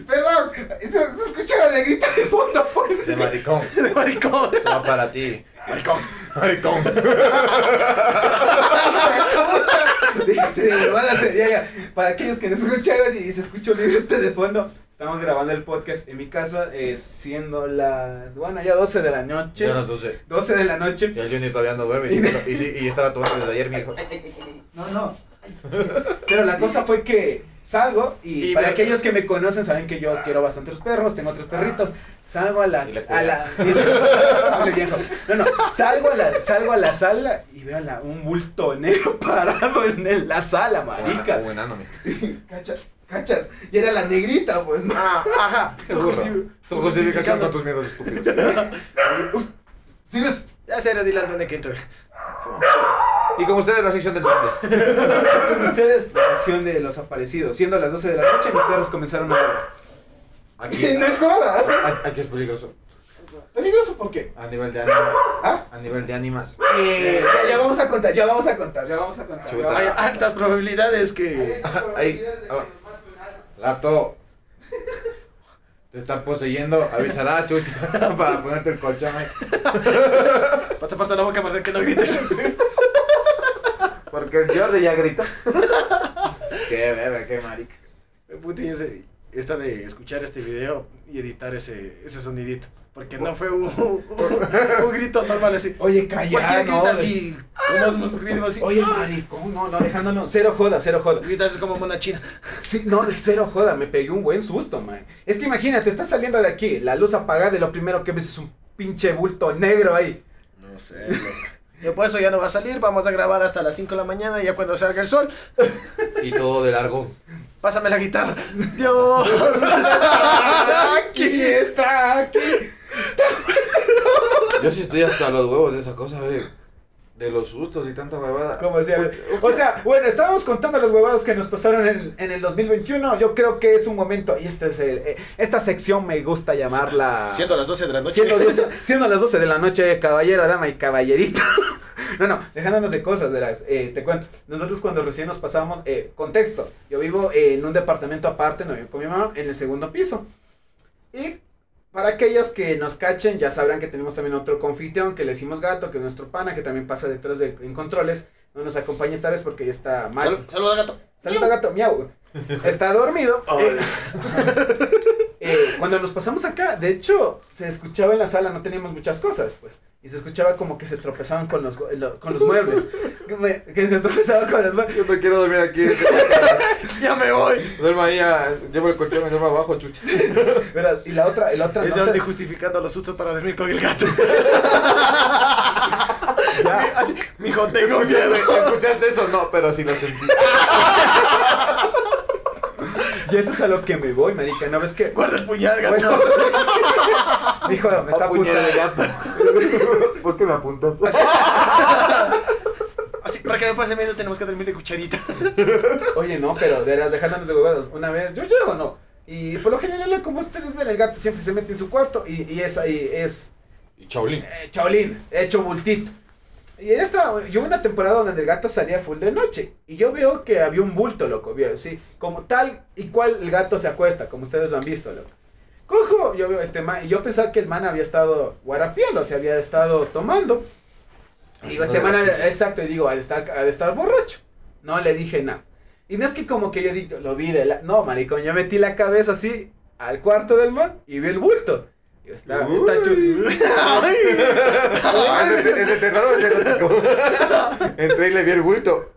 Speaker 3: Perdón, se, se escucha la negrita de fondo. por-
Speaker 1: De maricón.
Speaker 2: De maricón.
Speaker 1: Se va para ti.
Speaker 2: Maricón.
Speaker 1: Maricón.
Speaker 3: Déjate de huevadas, ya, ya. Para aquellos que no escucharon y se escuchó la negrita de fondo, estamos grabando el podcast en mi casa, eh, siendo las, bueno, ya 12 de la noche.
Speaker 1: Ya las 12.
Speaker 3: 12 de la noche.
Speaker 1: Y el Johnny todavía no duerme. Y, y, sí, y estaba tomando desde ayer, mi hijo.
Speaker 3: No, no. Pero la cosa fue que salgo y,
Speaker 2: Y
Speaker 3: para
Speaker 2: me- Ah.
Speaker 3: aquellos que me conocen saben que yo quiero bastante los perros, tengo otros perritos. Salgo a la
Speaker 1: Y la
Speaker 3: a la Hable viejo. No, no, salgo a la salgo a la sala y veo a la- un bulto negro parado en el- la sala,
Speaker 1: Marica.
Speaker 3: marica.
Speaker 1: Un enano, mijo.
Speaker 3: Cacha- Cachas, y era la negrita, pues, ¿no?
Speaker 2: Ah, ajá.
Speaker 1: Qué burro. Tu justificación con tus miedos estúpidos.
Speaker 3: Sí, ves?
Speaker 2: Ya cero, dile al duende que entre.
Speaker 1: Y con ustedes la sección del duende.
Speaker 3: Con ustedes, la acción de los aparecidos. Siendo las 12 de la noche, mis perros comenzaron a hablar.
Speaker 1: Aquí,
Speaker 3: No es joda.
Speaker 1: a- aquí es peligroso.
Speaker 3: ¿Peligroso por qué?
Speaker 1: A nivel de ánimas.
Speaker 3: ¿Ah?
Speaker 1: A nivel de ánimas.
Speaker 3: Eh, ya, ya vamos a contar, ya vamos a contar, ya vamos a contar.
Speaker 1: Chuta.
Speaker 2: Hay altas probabilidades que.
Speaker 1: Ahí. ah, Gato. Te están poseyendo. Avisará, chucha. Para ponerte el colchón eh. ahí.
Speaker 2: Pata parte la boca para que no grites.
Speaker 1: Porque el Jordi ya grita. Qué verga, qué marica.
Speaker 2: Puta, y ese- eh, esta de escuchar este video y editar ese, ese sonidito. Porque no fue un, un- un grito normal así.
Speaker 3: Oye, calla,
Speaker 2: Cualquier
Speaker 3: no.
Speaker 2: grita así, como unos gritos así.
Speaker 3: Oye, maricón, no, no, Alejandro, no. Cero joda, cero joda.
Speaker 2: Gritas como una china.
Speaker 3: Sí, no, cero joda, me pegué un buen susto, man. Es que imagínate, estás saliendo de aquí, la luz apagada y lo primero que ves es un pinche bulto negro ahí.
Speaker 2: No sé, Yo por eso ya no va a salir, vamos a grabar hasta las 5 de la mañana y ya cuando salga el sol,
Speaker 1: Y todo de largo.
Speaker 2: pásame la guitarra. Dios.
Speaker 3: Aquí está, aquí.
Speaker 1: Yo sí estoy hasta los huevos de esa cosa, güey. De los sustos y tanta huevada.
Speaker 3: Como decía, o sea, bueno, estábamos contando los huevados que nos pasaron en, en el 2021. Yo creo que es un momento, y este es el, eh, esta sección me gusta llamarla.
Speaker 2: Siendo las 12 de la noche.
Speaker 3: Siendo, diez- siendo las 12 de la noche, caballero, dama y caballerito. No, no, dejándonos de cosas, verás. eh, te cuento, nosotros cuando recién nos pasamos, eh, contexto, yo vivo eh, en un departamento aparte, no vivo con mi mamá, en el segundo piso. Y para aquellos que nos cachen, ya sabrán que tenemos también otro confiteón que le decimos gato, que es nuestro pana, que también pasa detrás de en controles. No nos acompaña esta vez porque ya está mal.
Speaker 2: Sal- Saluda, gato.
Speaker 3: Saluda gato, miau. Está dormido. Eh, eh, cuando nos pasamos acá, de hecho, se escuchaba en la sala, no teníamos muchas cosas, pues. Y se escuchaba como que se tropezaban con los, go- lo- con los muebles. Que, me- que se tropezaban con los muebles.
Speaker 5: Yo no quiero dormir aquí.
Speaker 2: Ya me voy.
Speaker 5: Duerma ahí, a- llevo el colchón, me duermo abajo, chucha.
Speaker 3: Verás, Y la otra, la otra
Speaker 2: Es
Speaker 3: nota-
Speaker 2: Jordi justificando los sustos para dormir con el gato.
Speaker 3: ya.
Speaker 2: Así, mijo, tengo miedo.
Speaker 5: ¿Escuchaste eso? No, pero sí lo sentí.
Speaker 3: Y eso es a lo que me voy, marica. ¿No ves que?
Speaker 2: Guarda el puñal, gato.
Speaker 3: Bueno. Dijo, me está
Speaker 5: Apuñalé
Speaker 3: apuntando.
Speaker 5: gato. ¿Por qué me apuntas?
Speaker 3: pues,
Speaker 2: Así, para que no pase miedo tenemos que dormir de cucharita.
Speaker 3: Oye, no, pero de las dejándonos de huevadas. Una vez, yo llego, no. Y por lo general, como ustedes ven, el gato siempre se mete en su cuarto y, y es ahí, es
Speaker 1: Y Chaulín.
Speaker 3: eh, chaolín, hecho bultito. Y en esta, yo hubo una temporada donde el gato salía full de noche. Y yo veo que había un bulto, loco, veo, sí. Como tal y cual el gato se acuesta, como ustedes lo han visto, loco. Cojo, yo veo este man, y yo pensaba que el man había estado guarapiando, se había estado tomando. Y digo, este man, exacto, y digo, al estar, al estar borracho. No le dije nada. Y no es que como que yo di- lo vi de la... No, maricón, yo metí la cabeza así al cuarto del man y vi el bulto. Digo, está, está chu-
Speaker 5: Ah, es de- es de terror, es de terror. Entré y le vi el bulto.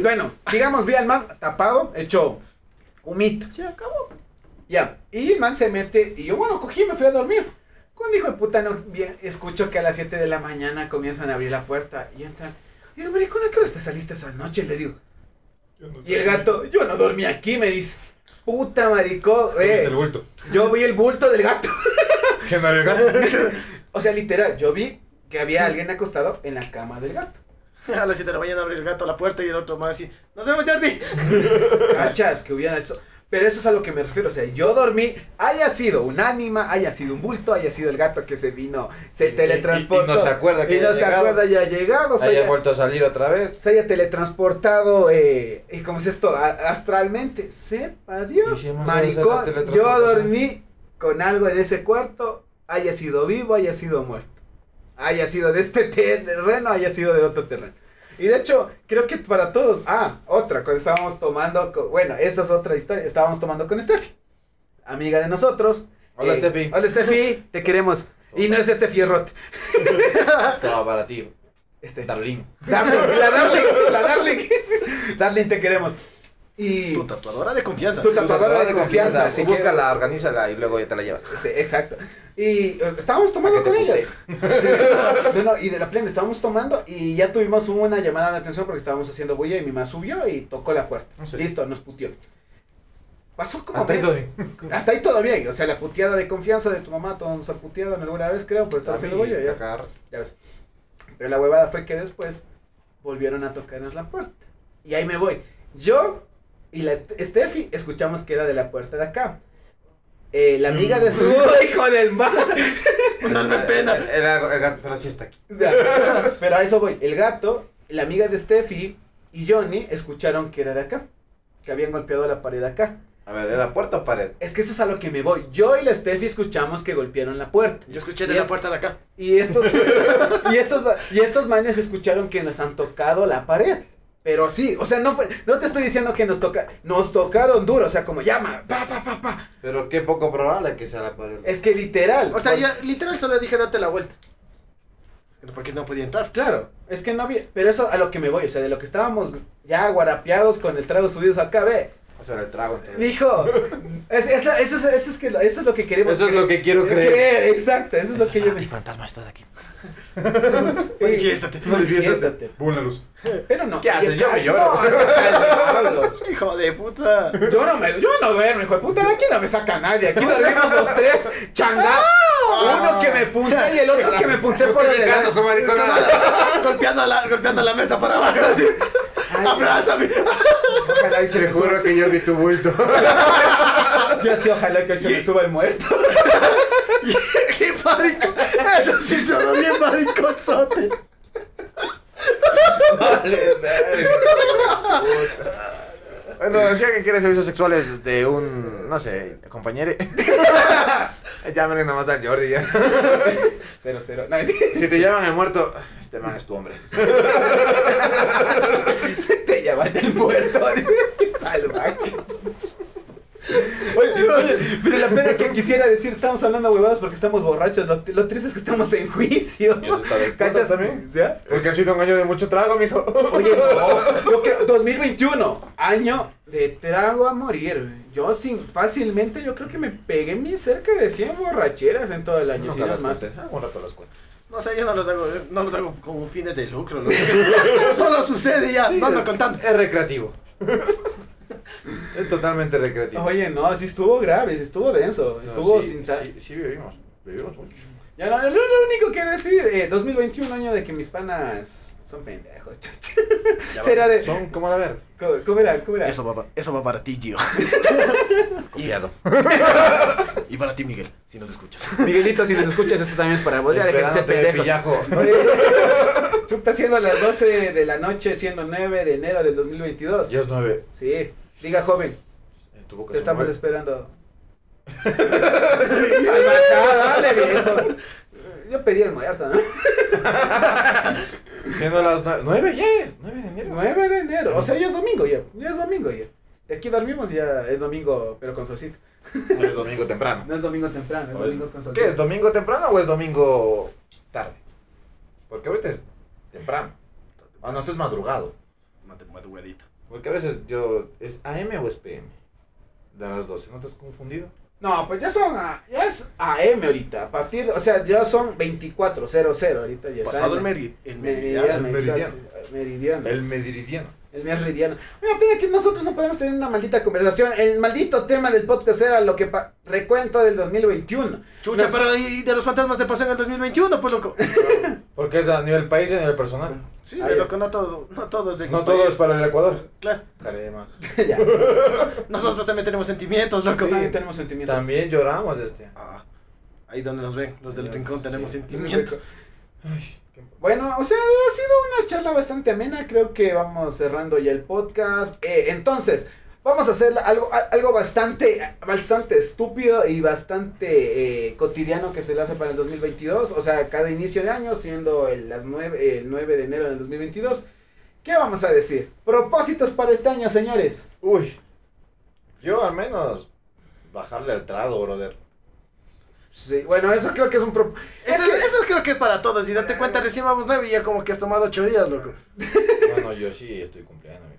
Speaker 3: Bueno, digamos, vi al man tapado, hecho humito. Se acabó. Ya, y el man se mete, y yo, bueno, cogí y me fui a dormir. Cuando hijo de puta, no, bien, escucho que a las 7 de la mañana comienzan a abrir la puerta y entran. Y digo, maricón, ¿a qué hora te saliste esa noche? Le digo. y el gato, yo no dormí aquí, me dice. Puta, maricón, eh,
Speaker 1: el bulto.
Speaker 3: yo vi el bulto del gato.
Speaker 1: ¿Quién era el gato?
Speaker 3: O sea, literal, yo vi que había alguien acostado en la cama del gato.
Speaker 2: A las 7 de la mañana abre el gato la puerta y el otro más así. ¡Nos vemos, Jordi!
Speaker 3: cachas que hubieran hecho. Pero eso es a lo que me refiero. O sea, yo dormí, haya sido un ánima, haya sido un bulto, haya sido el gato que se vino, se
Speaker 1: Y-
Speaker 3: teletransportó.
Speaker 1: y- y no se acuerda que
Speaker 3: Y no
Speaker 1: haya
Speaker 3: se
Speaker 1: llegado.
Speaker 3: acuerda ya llegado. O sea,
Speaker 1: Haya
Speaker 3: ya-
Speaker 1: vuelto a salir otra vez.
Speaker 3: o sea, ya teletransportado, eh, y como es esto, A- astralmente. Sepa Dios,
Speaker 1: Hicimos esa
Speaker 3: maricón. Yo
Speaker 1: teletransportación.
Speaker 3: dormí con algo en ese cuarto, haya sido vivo, haya sido muerto. Haya sido de este terreno, haya sido de otro terreno. Y de hecho, creo que para todos. Ah, otra, cuando estábamos tomando. con- bueno, esta es otra historia. Estábamos tomando con Steffi, amiga de nosotros. Eh,
Speaker 1: Hola, Steffi.
Speaker 3: Hola, Steffi, te queremos. Y no es este Steffi, es Rot.
Speaker 1: Estaba para ti,
Speaker 3: Steffi.
Speaker 1: Darlín.
Speaker 3: Darling, la Darling, la Darling. Darling, te queremos. Y.
Speaker 2: Tu tatuadora de confianza.
Speaker 3: Tu tatuadora de confianza.
Speaker 5: Sí,
Speaker 3: Si
Speaker 5: búscala,
Speaker 3: búscala.
Speaker 5: organízala y luego ya te la llevas.
Speaker 3: exacto. Y eh, estábamos tomando
Speaker 5: ¿A qué
Speaker 3: con
Speaker 5: te
Speaker 3: ellas. No, no, y de la plena estábamos tomando y ya tuvimos una llamada de atención porque estábamos haciendo bulla y mi mamá subió y tocó la puerta.
Speaker 5: No sé.
Speaker 3: Listo, nos puteó. Pasó como
Speaker 5: Ah, Hasta ahí
Speaker 3: media-
Speaker 5: todo bien.
Speaker 3: Hasta ahí todo bien, o sea, la puteada de confianza de tu mamá, todos nos han puteado en alguna vez, creo, por estar haciendo bollo, ya,
Speaker 5: Sacar.
Speaker 3: ya ves. Pero la huevada fue que después volvieron a tocarnos la puerta. Y ahí me voy. Yo y la Steffi escuchamos que era de la puerta de acá. Eh, la amiga de ¡Oh, hijo del mar!
Speaker 2: No, no es pena.
Speaker 5: El- el- el gato, pero sí está aquí.
Speaker 3: O sea, pero a eso voy. El gato, la amiga de Steffi y Johnny escucharon que era de acá. Que habían golpeado la pared de acá.
Speaker 5: A ver, ¿era puerta o pared?
Speaker 3: Es que eso es a lo que me voy. Yo y la Steffi escuchamos que golpearon la puerta.
Speaker 2: Yo escuché de la puerta de acá.
Speaker 3: Y estos, y estos, y estos manes escucharon que nos han tocado la pared. Pero sí, o sea, no, fue- no te estoy diciendo que nos toca, nos tocaron duro, o sea, como llama, pa, pa, pa, pa.
Speaker 5: Pero qué poco probable que sea la pared.
Speaker 3: Es que literal.
Speaker 2: O sea,
Speaker 3: por-
Speaker 2: yo literal solo dije date la vuelta. Porque no podía entrar.
Speaker 3: Claro, es que no había, pero eso a lo que me voy, o sea, de lo que estábamos ya guarapeados con el trago subidos acá, ve,
Speaker 5: O sea, era el trago. entonces.
Speaker 3: Dijo, es, es la- eso, es, eso, es que, lo- eso es lo que queremos.
Speaker 5: Eso es lo que quiero
Speaker 3: creer.
Speaker 5: creer.
Speaker 3: Exacto, eso es lo que yo.
Speaker 1: fantasma, estás aquí.
Speaker 2: Manifiéstate.
Speaker 3: Manifiéstate.
Speaker 1: Pon la luz.
Speaker 3: Pero no.
Speaker 5: ¿Qué haces? Yo me
Speaker 3: Ay,
Speaker 5: lloro.
Speaker 3: no, no,
Speaker 2: Hijo de puta.
Speaker 3: no, Yo no me, yo no duermo, hijo de puta, de aquí no me saca nadie. Aquí dormimos los tres changados. Uno que me punté y el otro Ah. que me punté por
Speaker 5: Estoy
Speaker 3: el
Speaker 5: picando su maricona.
Speaker 2: golpeando, la, golpeando la mesa para abajo. así. Abrázame.
Speaker 3: Ojalá y se
Speaker 5: Te
Speaker 3: me
Speaker 5: juro
Speaker 3: suba.
Speaker 5: que yo vi tu bulto.
Speaker 3: Yo sí, ojalá que hoy se me suba el muerto.
Speaker 2: ¡Qué maricón! Eso sí sonó bien mariconzote.
Speaker 5: Vale, verga.
Speaker 1: Bueno, si alguien quiere servicios sexuales de un, no sé, compañero, llámenle nomás al Jordi ya.
Speaker 3: Cero, cero. No, mentira.
Speaker 1: Si te llaman el muerto, este man es tu hombre.
Speaker 3: te llaman el muerto. Qué salvaje. Oye, oye, pero la pena que quisiera decir, estamos hablando huevadas porque estamos borrachos. Lo, lo triste es que estamos en juicio.
Speaker 1: Y eso está de
Speaker 3: ¿Cachas?
Speaker 1: putas también.
Speaker 3: ¿Ya?
Speaker 1: Porque ha sido un año de mucho trago, mijo.
Speaker 3: Oye, no, yo creo, 2021, año de trago a morir. Yo sin, fácilmente, yo creo que me pegué mis cerca de 100 borracheras en todo el año,
Speaker 1: Nunca
Speaker 3: si no
Speaker 1: las
Speaker 3: es más. Ah,
Speaker 1: cuento, Un rato las cuento.
Speaker 2: No sé, yo no los hago, no los hago con fines de lucro. loco. Solo sucede y ya,
Speaker 1: Sí,
Speaker 2: no ando
Speaker 1: es-
Speaker 2: contando.
Speaker 1: Es recreativo. es totalmente recreativo.
Speaker 3: Oye, no, sí estuvo grave, sí estuvo denso,
Speaker 1: No,
Speaker 3: estuvo
Speaker 1: sí,
Speaker 3: sin ta-
Speaker 1: sí, sí vivimos. Vivimos mucho.
Speaker 3: Ya no, no, lo único que decir, eh, 2021 año de que mis panas son pendejos. chucha. Será de
Speaker 1: Son como la ver.
Speaker 3: ¿Cómo, cómo era? ¿Cómo era?
Speaker 4: Eso va, pa- eso va para ti, Gio.
Speaker 1: Copiado.
Speaker 4: Y para ti, Miguel, si nos escuchas.
Speaker 3: Miguelito, si nos escuchas, esto también es para vos. Ya dejen de ser
Speaker 1: Esperándote de
Speaker 3: pendejos.
Speaker 1: pillajo.
Speaker 3: Oye, Chuck está siendo las 12 de la noche, siendo 9 de enero del 2022.
Speaker 1: Dios nueve. Eh,
Speaker 3: Sí, diga joven,
Speaker 1: En tu boca
Speaker 3: te
Speaker 1: se
Speaker 3: estamos
Speaker 1: mueve.
Speaker 3: esperando. Salvajada, dale viejo. Yo pedí el muerto, ¿no?
Speaker 1: Siendo las nueve. Nueve ya es. Nueve de enero.
Speaker 3: 9 de enero, o sea, ya es domingo ya, ya es domingo ya. De aquí dormimos y ya es domingo, pero con solcito.
Speaker 1: No es domingo temprano.
Speaker 3: No es domingo temprano, es domingo con solcito.
Speaker 1: Pues, ¿Qué es? ¿Domingo temprano o es domingo tarde? Porque ahorita es temprano. Ah, no, esto es madrugado.
Speaker 2: Mate- madrugadita.
Speaker 1: Porque a veces yo. ¿Es AM o es PM? De las 12. ¿No estás confundido?
Speaker 3: No, pues ya son, a- ya es AM ahorita, a partir, de- o sea, ya son 24.00 ahorita ya es
Speaker 1: Pues
Speaker 4: Pasado el,
Speaker 3: AM.
Speaker 4: meri- el meridiano.
Speaker 3: Meridiano,
Speaker 1: el
Speaker 3: exacto, meridiano.
Speaker 1: El meridiano.
Speaker 3: El meridiano. Mira, pena que nosotros no podemos tener una maldita conversación. El maldito tema del podcast era lo que pa- recuento del 2021.
Speaker 2: Chucha,
Speaker 3: Nos-
Speaker 2: pero ¿y de los fantasmas te pasó en el 2021, pues loco?
Speaker 1: Porque es a nivel país y a nivel personal.
Speaker 2: Sí,
Speaker 3: Ah, ya.
Speaker 2: loco, no todo, no todo es de
Speaker 1: No todo es para el Ecuador.
Speaker 2: Claro,
Speaker 1: Carema.
Speaker 3: ya.
Speaker 2: nosotros también tenemos sentimientos, loco.
Speaker 1: Sí.
Speaker 3: También tenemos sentimientos.
Speaker 1: También lloramos este.
Speaker 2: Ah, ahí donde nos ven, los del
Speaker 1: Sí.
Speaker 2: rincón tenemos sentimientos.
Speaker 1: Ay, qué-
Speaker 3: Bueno, o sea, ha sido una charla bastante amena. Creo que vamos cerrando ya el podcast. Eh, entonces, vamos a hacer algo, a- algo bastante, bastante estúpido y bastante eh, cotidiano que se le hace para el 2022. O sea, cada inicio de año, siendo el, las nueve- el 9 de enero del 2022. ¿Qué vamos a decir? Propósitos para este año, señores.
Speaker 1: Uy. Yo al menos bajarle al trago, brother.
Speaker 3: Sí, bueno, eso creo que es un pro-
Speaker 2: Eso, eso creo que es para todos, y date cuenta, recién vamos nueve y ya como que has tomado ocho días, loco.
Speaker 1: Bueno, yo sí estoy cumpliendo. amigo.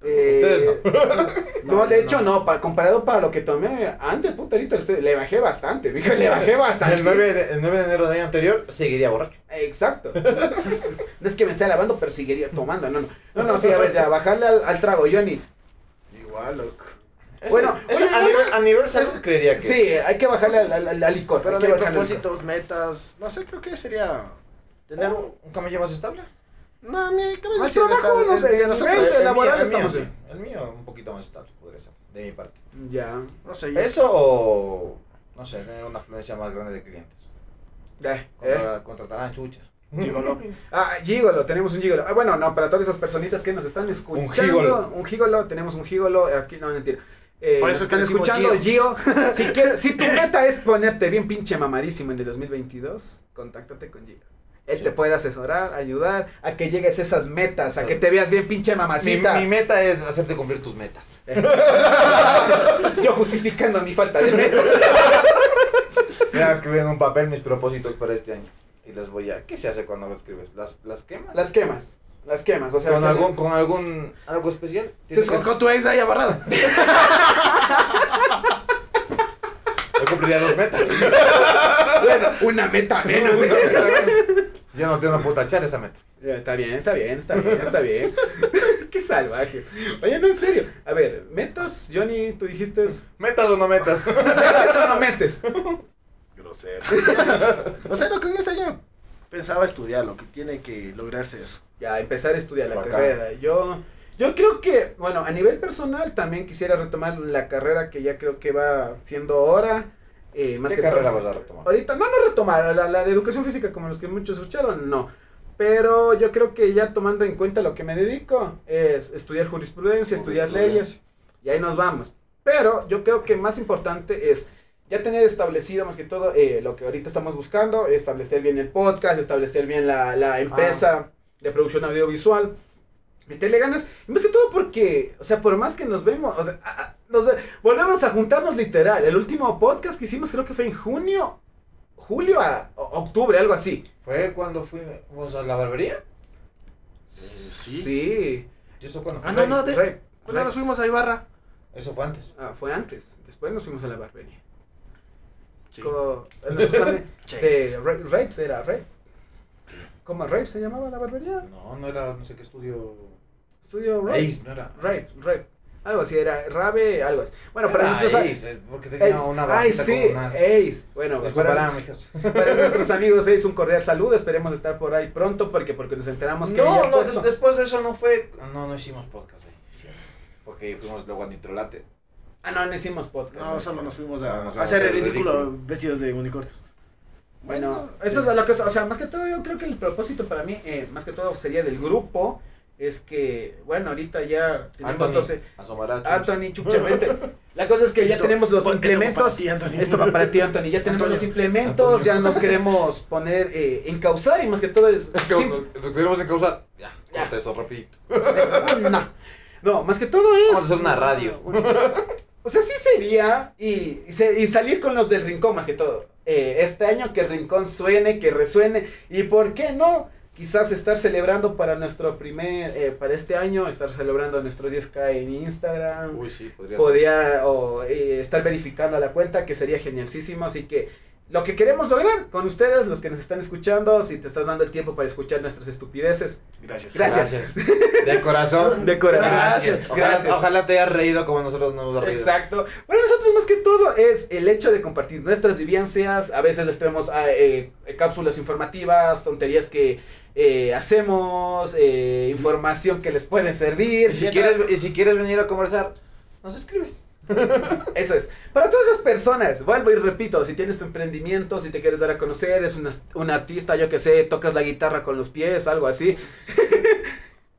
Speaker 3: Eh, no.
Speaker 2: No,
Speaker 3: de
Speaker 2: no.
Speaker 3: hecho, no. pa- comparado para lo que tomé antes, puta, ahorita estoy- le bajé bastante. mijo, le bajé bastante.
Speaker 1: El 9, de, el 9 de enero del año anterior seguiría borracho.
Speaker 3: Exacto. no es que me esté lavando, pero seguiría tomando. No, no. No, no, sí, a ver, ya, bajarle al, al trago, Johnny.
Speaker 2: Igual, loco.
Speaker 1: Ese-
Speaker 3: Bueno,
Speaker 1: ese
Speaker 3: oye,
Speaker 1: a,
Speaker 3: no-
Speaker 1: nivel, a nivel salud creería que
Speaker 3: Sí, hay que bajarle al, al- al- al licor.
Speaker 2: Pero
Speaker 3: hay que
Speaker 2: de
Speaker 3: bajarle al licor.
Speaker 2: propósitos, metas, no sé, creo que sería tener
Speaker 3: Oh.
Speaker 2: un...
Speaker 1: un camello más estable?
Speaker 2: No, mi cabello
Speaker 3: Más
Speaker 2: sí está-
Speaker 3: trabajo, no
Speaker 2: el
Speaker 3: sé,
Speaker 2: de
Speaker 3: el
Speaker 2: nosotros-
Speaker 3: nivel de
Speaker 2: el mío,
Speaker 3: laboral
Speaker 2: el
Speaker 1: mío,
Speaker 3: estamos
Speaker 2: mío,
Speaker 1: sí.
Speaker 3: bien.
Speaker 1: El mío un poquito más estable, podría ser, de mi parte.
Speaker 3: Ya.
Speaker 2: No sé, yo-
Speaker 1: Eso o, no sé, tener una afluencia más grande de clientes.
Speaker 3: Ya. eh.
Speaker 1: Contra- Contratarán chucha.
Speaker 2: Gigolo.
Speaker 3: Ah, gigolo, tenemos un gigolo. Ah, bueno, no, para todas esas personitas que nos están escuchando.
Speaker 1: gigolo.
Speaker 3: Un gigolo, tenemos un gigolo. eh, Aquí, no, mentira. Eh,
Speaker 2: Por
Speaker 3: nos
Speaker 2: eso es que
Speaker 3: están
Speaker 2: decimos
Speaker 3: escuchando, Gio. si, quieres, si tu meta es ponerte bien pinche mamadísimo en el 2022, contáctate con Gio. Él
Speaker 1: Sí.
Speaker 3: te puede asesorar, ayudar a que llegues a esas metas, a
Speaker 1: Esas-
Speaker 3: que te veas bien pinche
Speaker 1: Mi,
Speaker 3: mamacita. Eh.
Speaker 1: mi meta es hacerte cumplir tus metas.
Speaker 3: Yo justificando mi falta de metas.
Speaker 1: Voy a escribir en un papel mis propósitos para este año. Y las voy a... ¿Qué se hace cuando lo escribes? ¿Las, las quemas?
Speaker 3: Las quemas, las quemas. O sea,
Speaker 1: ¿Con
Speaker 3: que-
Speaker 1: algún, con algún... algo especial?
Speaker 2: Se
Speaker 1: ¿Tienes que-
Speaker 2: con, con tu ex ahí amarrado.
Speaker 1: Yo cumpliría dos metas.
Speaker 3: Bueno, una meta menos.
Speaker 1: Yo no tengo puta echar esa meta.
Speaker 3: Ya, Eh, Está bien, está bien, está bien, está bien. Qué salvaje. Oye, no, en serio. A ver, metas, Johnny, tú dijiste.
Speaker 1: ¿Metas o no metas?
Speaker 3: ¿Metas o no metes?
Speaker 2: Grosero. no sé, lo que yo este año pensaba estudiar, lo que tiene que lograrse eso.
Speaker 3: Ya, empezar a estudiar la
Speaker 1: Bacán.
Speaker 3: carrera. Yo, yo creo que, bueno, a nivel personal también quisiera retomar la carrera que ya creo que va siendo hora. eh, más
Speaker 1: ¿Qué
Speaker 3: que
Speaker 1: carrera
Speaker 3: todo-
Speaker 1: vas a retomar?
Speaker 3: Ahorita, no, no retomar, la, la de educación física, como los que muchos escucharon, no. Pero yo creo que ya tomando en cuenta lo que me dedico, es estudiar jurisprudencia, estudiar leyes, y ahí nos vamos. Pero yo creo que más importante es ya tener establecido más que todo eh, lo que ahorita estamos buscando, establecer bien el podcast, establecer bien la,
Speaker 4: Ah.
Speaker 3: la empresa de producción audiovisual, meterle ganas, y más que todo porque, o sea, por más que nos vemos, o sea, ah, ah, nos ve- volvemos a juntarnos literal. El último podcast que hicimos creo que fue en junio, julio a o- octubre, algo así.
Speaker 1: ¿Fue cuando fuimos a la barbería?
Speaker 2: Eh, Sí.
Speaker 3: Sí.
Speaker 1: ¿Y eso cuándo fue?
Speaker 4: Ah, no, no, de-
Speaker 3: Rape,
Speaker 4: ¿Cuándo nos
Speaker 3: rapes.
Speaker 4: fuimos a Ibarra?
Speaker 1: Eso fue antes.
Speaker 3: Ah, fue antes. Después nos fuimos a la barbería.
Speaker 2: Sí.
Speaker 3: Co- a los exámenes
Speaker 2: Sí.
Speaker 3: de ra- rapes era rape. ¿Cómo rape se llamaba la barbería?
Speaker 1: No, no era, no sé qué estudio.
Speaker 3: Estudio rape.
Speaker 1: Ace, no era.
Speaker 3: Rape, rape. Algo así era rabe, algo así. Bueno, para
Speaker 1: Era
Speaker 3: nuestros amigos.
Speaker 1: Ace, eh, porque tenía una
Speaker 3: Ay,
Speaker 1: barbita
Speaker 3: sí,
Speaker 1: con unas-
Speaker 3: Ace. Bueno, pues
Speaker 1: Nos
Speaker 3: para,
Speaker 1: comparaban,
Speaker 3: nuestros-
Speaker 1: hijas.
Speaker 3: para nuestros amigos Ace, un cordial saludo. Esperemos estar por ahí pronto porque, porque nos enteramos que
Speaker 1: No,
Speaker 3: había
Speaker 1: no,
Speaker 3: puesto-
Speaker 1: des- después de eso no fue. No, no hicimos podcast ahí. Porque fuimos luego a Nitrolate.
Speaker 3: Ah, no, no hicimos podcast.
Speaker 2: No, solo nos fuimos a,
Speaker 1: No, nos
Speaker 2: a hacer el
Speaker 1: vamos a hacer
Speaker 2: ridículo,
Speaker 1: ridículo.
Speaker 2: vestidos de unicornios.
Speaker 3: Bueno, eso es lo que, o sea, más que todo yo creo que el propósito para mí, eh, más que todo sería del grupo, es que, bueno, ahorita ya tenemos
Speaker 1: Anthony,
Speaker 3: doce-
Speaker 1: asomará. chucha.
Speaker 3: Anthony, chucha, vente. Ah, La cosa es que ya
Speaker 2: Esto-
Speaker 3: tenemos los
Speaker 2: esto para
Speaker 3: implementos,
Speaker 2: ti, Anthony.
Speaker 3: esto va para ti, Anthony, ya tenemos
Speaker 2: Antonio.
Speaker 3: los implementos,
Speaker 1: Antonio.
Speaker 3: ya nos queremos poner, eh, encauzar y más que todo es...
Speaker 1: Que
Speaker 3: sim-
Speaker 1: nos- nos tenemos que causar. Ya,
Speaker 3: Ya.
Speaker 1: corta eso rapidito.
Speaker 3: de una. No, más que todo es...
Speaker 1: Vamos a hacer una
Speaker 3: Ah,
Speaker 1: radio.
Speaker 3: O sea, sí sería y, y se- y salir con los del rincón más que todo. Eh, este año que el rincón suene, que resuene. Y por qué no, quizás estar celebrando para nuestro primer, eh, para este año, estar celebrando nuestros 10K en Instagram.
Speaker 1: Uy, sí, podría ser.
Speaker 3: Podría o, eh, estar verificando la cuenta, que sería genialísimo. Así que lo que queremos lograr con ustedes, los que nos están escuchando, si te estás dando el tiempo para escuchar nuestras estupideces,
Speaker 2: Gracias.
Speaker 3: Gracias.
Speaker 1: De corazón.
Speaker 3: de corazón.
Speaker 1: Gracias. Ojalá,
Speaker 3: gracias.
Speaker 1: ojalá te hayas reído como nosotros nos hemos reído.
Speaker 3: Exacto. Bueno, nosotros más que todo es el hecho de compartir nuestras vivencias. A veces les traemos ah, eh, cápsulas informativas, tonterías que eh, hacemos, eh, información que les puede
Speaker 1: Y
Speaker 3: servir.
Speaker 1: si, quieres, y si quieres venir a conversar, nos escribes.
Speaker 3: Eso es. Para todas esas personas, vuelvo y repito, si tienes tu emprendimiento, si te quieres dar a conocer, eres un, as- un artista, yo que sé, tocas la guitarra con los pies, algo así.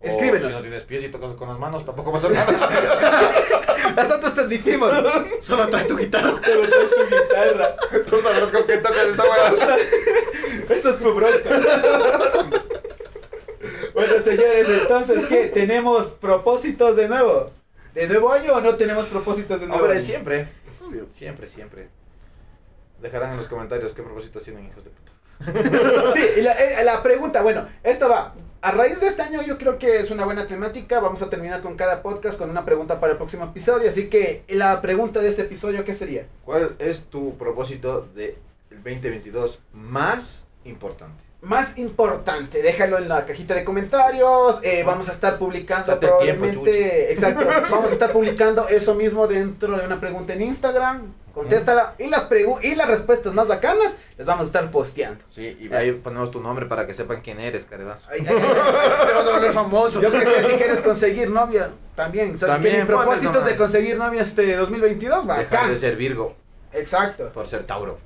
Speaker 1: O
Speaker 3: Escríbenos.
Speaker 1: Oh, si no tienes pies y tocas con las manos, tampoco pasa nada.
Speaker 3: Nosotros te dijimos.
Speaker 2: Solo trae tu guitarra.
Speaker 3: Solo trae tu guitarra.
Speaker 1: Tú sabrás con qué tocas esa hueá.
Speaker 3: Eso es tu bronca. bueno, señores, entonces, ¿qué? ¿Tenemos propósitos de nuevo? ¿De nuevo año o no tenemos propósitos de nuevo
Speaker 1: Hombre,
Speaker 3: año?
Speaker 1: siempre. Siempre, siempre. Dejarán en los comentarios qué propósitos tienen, hijos de puta.
Speaker 3: Sí, y la, eh, la pregunta, bueno, esta va. A raíz de este año yo creo que es una buena temática. Vamos a terminar con cada podcast con una pregunta para el próximo episodio. Así que la pregunta de este episodio, ¿qué sería?
Speaker 1: ¿Cuál es tu propósito del 2022 más importante?
Speaker 3: Más importante, déjalo en la cajita de comentarios. eh, vamos a estar publicando
Speaker 1: Ah. Date el tiempo,
Speaker 3: probablemente. exacto. Vamos a estar publicando eso mismo dentro de una pregunta en Instagram. Contéstala. Y las pregu- y las respuestas más bacanas las vamos a estar posteando.
Speaker 1: Sí, y ahí ponemos tu nombre para que sepan quién eres, Carevazo.
Speaker 3: Ay, ay, ay,
Speaker 2: Te vas a volver
Speaker 3: ay.
Speaker 2: famoso.
Speaker 3: Yo que sé, si quieres conseguir novia, también. ¿Sabes
Speaker 1: También,
Speaker 3: qué? Mi
Speaker 1: pones
Speaker 3: propósito es de
Speaker 1: nomás.
Speaker 3: conseguir novia este 2022,
Speaker 1: Dejar
Speaker 3: bacán.
Speaker 1: de ser Virgo
Speaker 3: Exacto.
Speaker 1: por ser Tauro.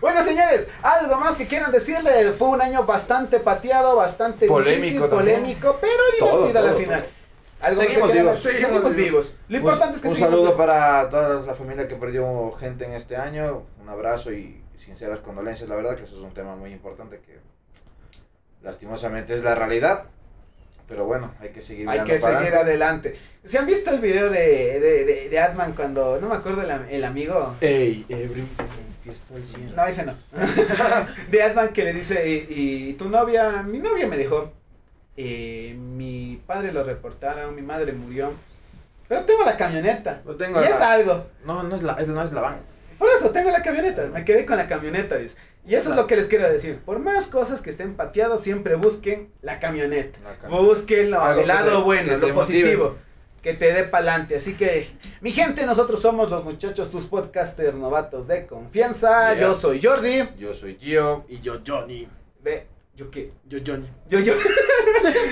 Speaker 3: Bueno, señores, algo más que quieran decirle. Fue un año bastante pateado, bastante
Speaker 1: Polémico
Speaker 3: difícil,
Speaker 1: también.
Speaker 3: polémico, pero divertido
Speaker 1: Todo,
Speaker 3: a la
Speaker 1: todo,
Speaker 3: final.
Speaker 1: todo.
Speaker 3: Algo más que
Speaker 1: Seguimos
Speaker 3: quieran-
Speaker 1: vivos.
Speaker 3: seguimos,
Speaker 2: Seguimos
Speaker 3: vivos. Lo importante es que
Speaker 1: un
Speaker 3: seguimos
Speaker 1: saludo
Speaker 3: vivos.
Speaker 1: para toda la familia que perdió gente en este año. Un abrazo y sinceras condolencias. La verdad que eso es un tema muy importante que lastimosamente es la realidad. Pero bueno, hay que seguir
Speaker 3: Hay
Speaker 1: mirando
Speaker 3: que
Speaker 1: para
Speaker 3: seguir
Speaker 1: adelante.
Speaker 3: adelante. ¿Se han visto el video de, de, de, de Atman cuando, no me acuerdo el, am- el amigo?
Speaker 1: Ey, every fiesta al cielo.
Speaker 3: No, ese no. de Atman que le dice, y, y tu novia, mi novia me dejó. Eh, mi padre lo reportaron, mi madre murió. Pero tengo la camioneta.
Speaker 1: No tengo
Speaker 3: y
Speaker 1: la-
Speaker 3: es algo.
Speaker 1: No, no es la, es- no es la van.
Speaker 3: Por eso tengo la camioneta, me quedé con la camioneta, dice. Y eso es lo que les quiero decir. Por más cosas que estén pateadas, siempre busquen la camioneta.
Speaker 1: La camioneta.
Speaker 3: Busquen lo-
Speaker 1: Algo
Speaker 3: el
Speaker 1: que
Speaker 3: lado
Speaker 1: te-
Speaker 3: bueno,
Speaker 1: que te
Speaker 3: lo positivo. Que te dé pa'lante. Así que, mi gente, nosotros somos los muchachos, tus podcasters novatos de confianza.
Speaker 1: Yeah.
Speaker 3: Yo soy Jordi.
Speaker 1: Yo soy Gio.
Speaker 2: Y yo, Johnny.
Speaker 3: De, ¿Yo qué?
Speaker 2: Yo, Johnny.
Speaker 3: Yo, yo.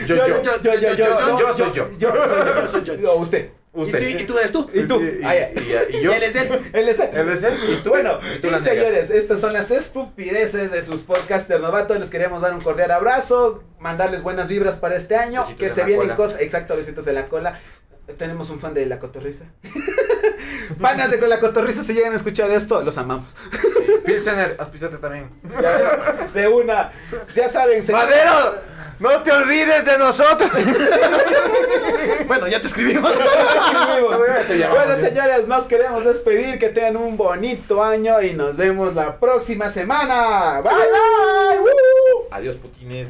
Speaker 1: Yo, yo.
Speaker 3: yo, yo, yo, yo,
Speaker 1: yo soy yo.
Speaker 3: Yo soy yo.
Speaker 2: Yo soy yo.
Speaker 3: O usted.
Speaker 5: Usted.
Speaker 2: Y tú, y tú eres tú.
Speaker 3: Y tú,
Speaker 5: Y- y-
Speaker 3: ay,
Speaker 1: Y, y yo.
Speaker 2: Él es él.
Speaker 3: él es-
Speaker 5: Él es él y tú.
Speaker 3: Bueno,
Speaker 1: y tú la negas.
Speaker 3: señores, estas son las estupideces de sus podcasters novatos. Les queríamos dar un cordial abrazo, mandarles buenas vibras para este año,
Speaker 1: Besitos
Speaker 3: que
Speaker 1: en
Speaker 3: se
Speaker 1: la
Speaker 3: vienen
Speaker 1: cola.
Speaker 3: cosas, exacto, besitos en la cola. Tenemos un fan de la cotorriza. Panas de la cotorriza, si llegan a escuchar esto, los amamos.
Speaker 5: Pilsener, aspízate también.
Speaker 3: Ya, De una, ya saben, señores.
Speaker 5: ¡Madero! ¡No te olvides de nosotros!
Speaker 2: Bueno, ya te escribimos.
Speaker 3: Bueno, señores, nos queremos despedir. Que tengan un bonito año y nos vemos la próxima semana. Bye, bye. Woo.
Speaker 1: Adiós, putines.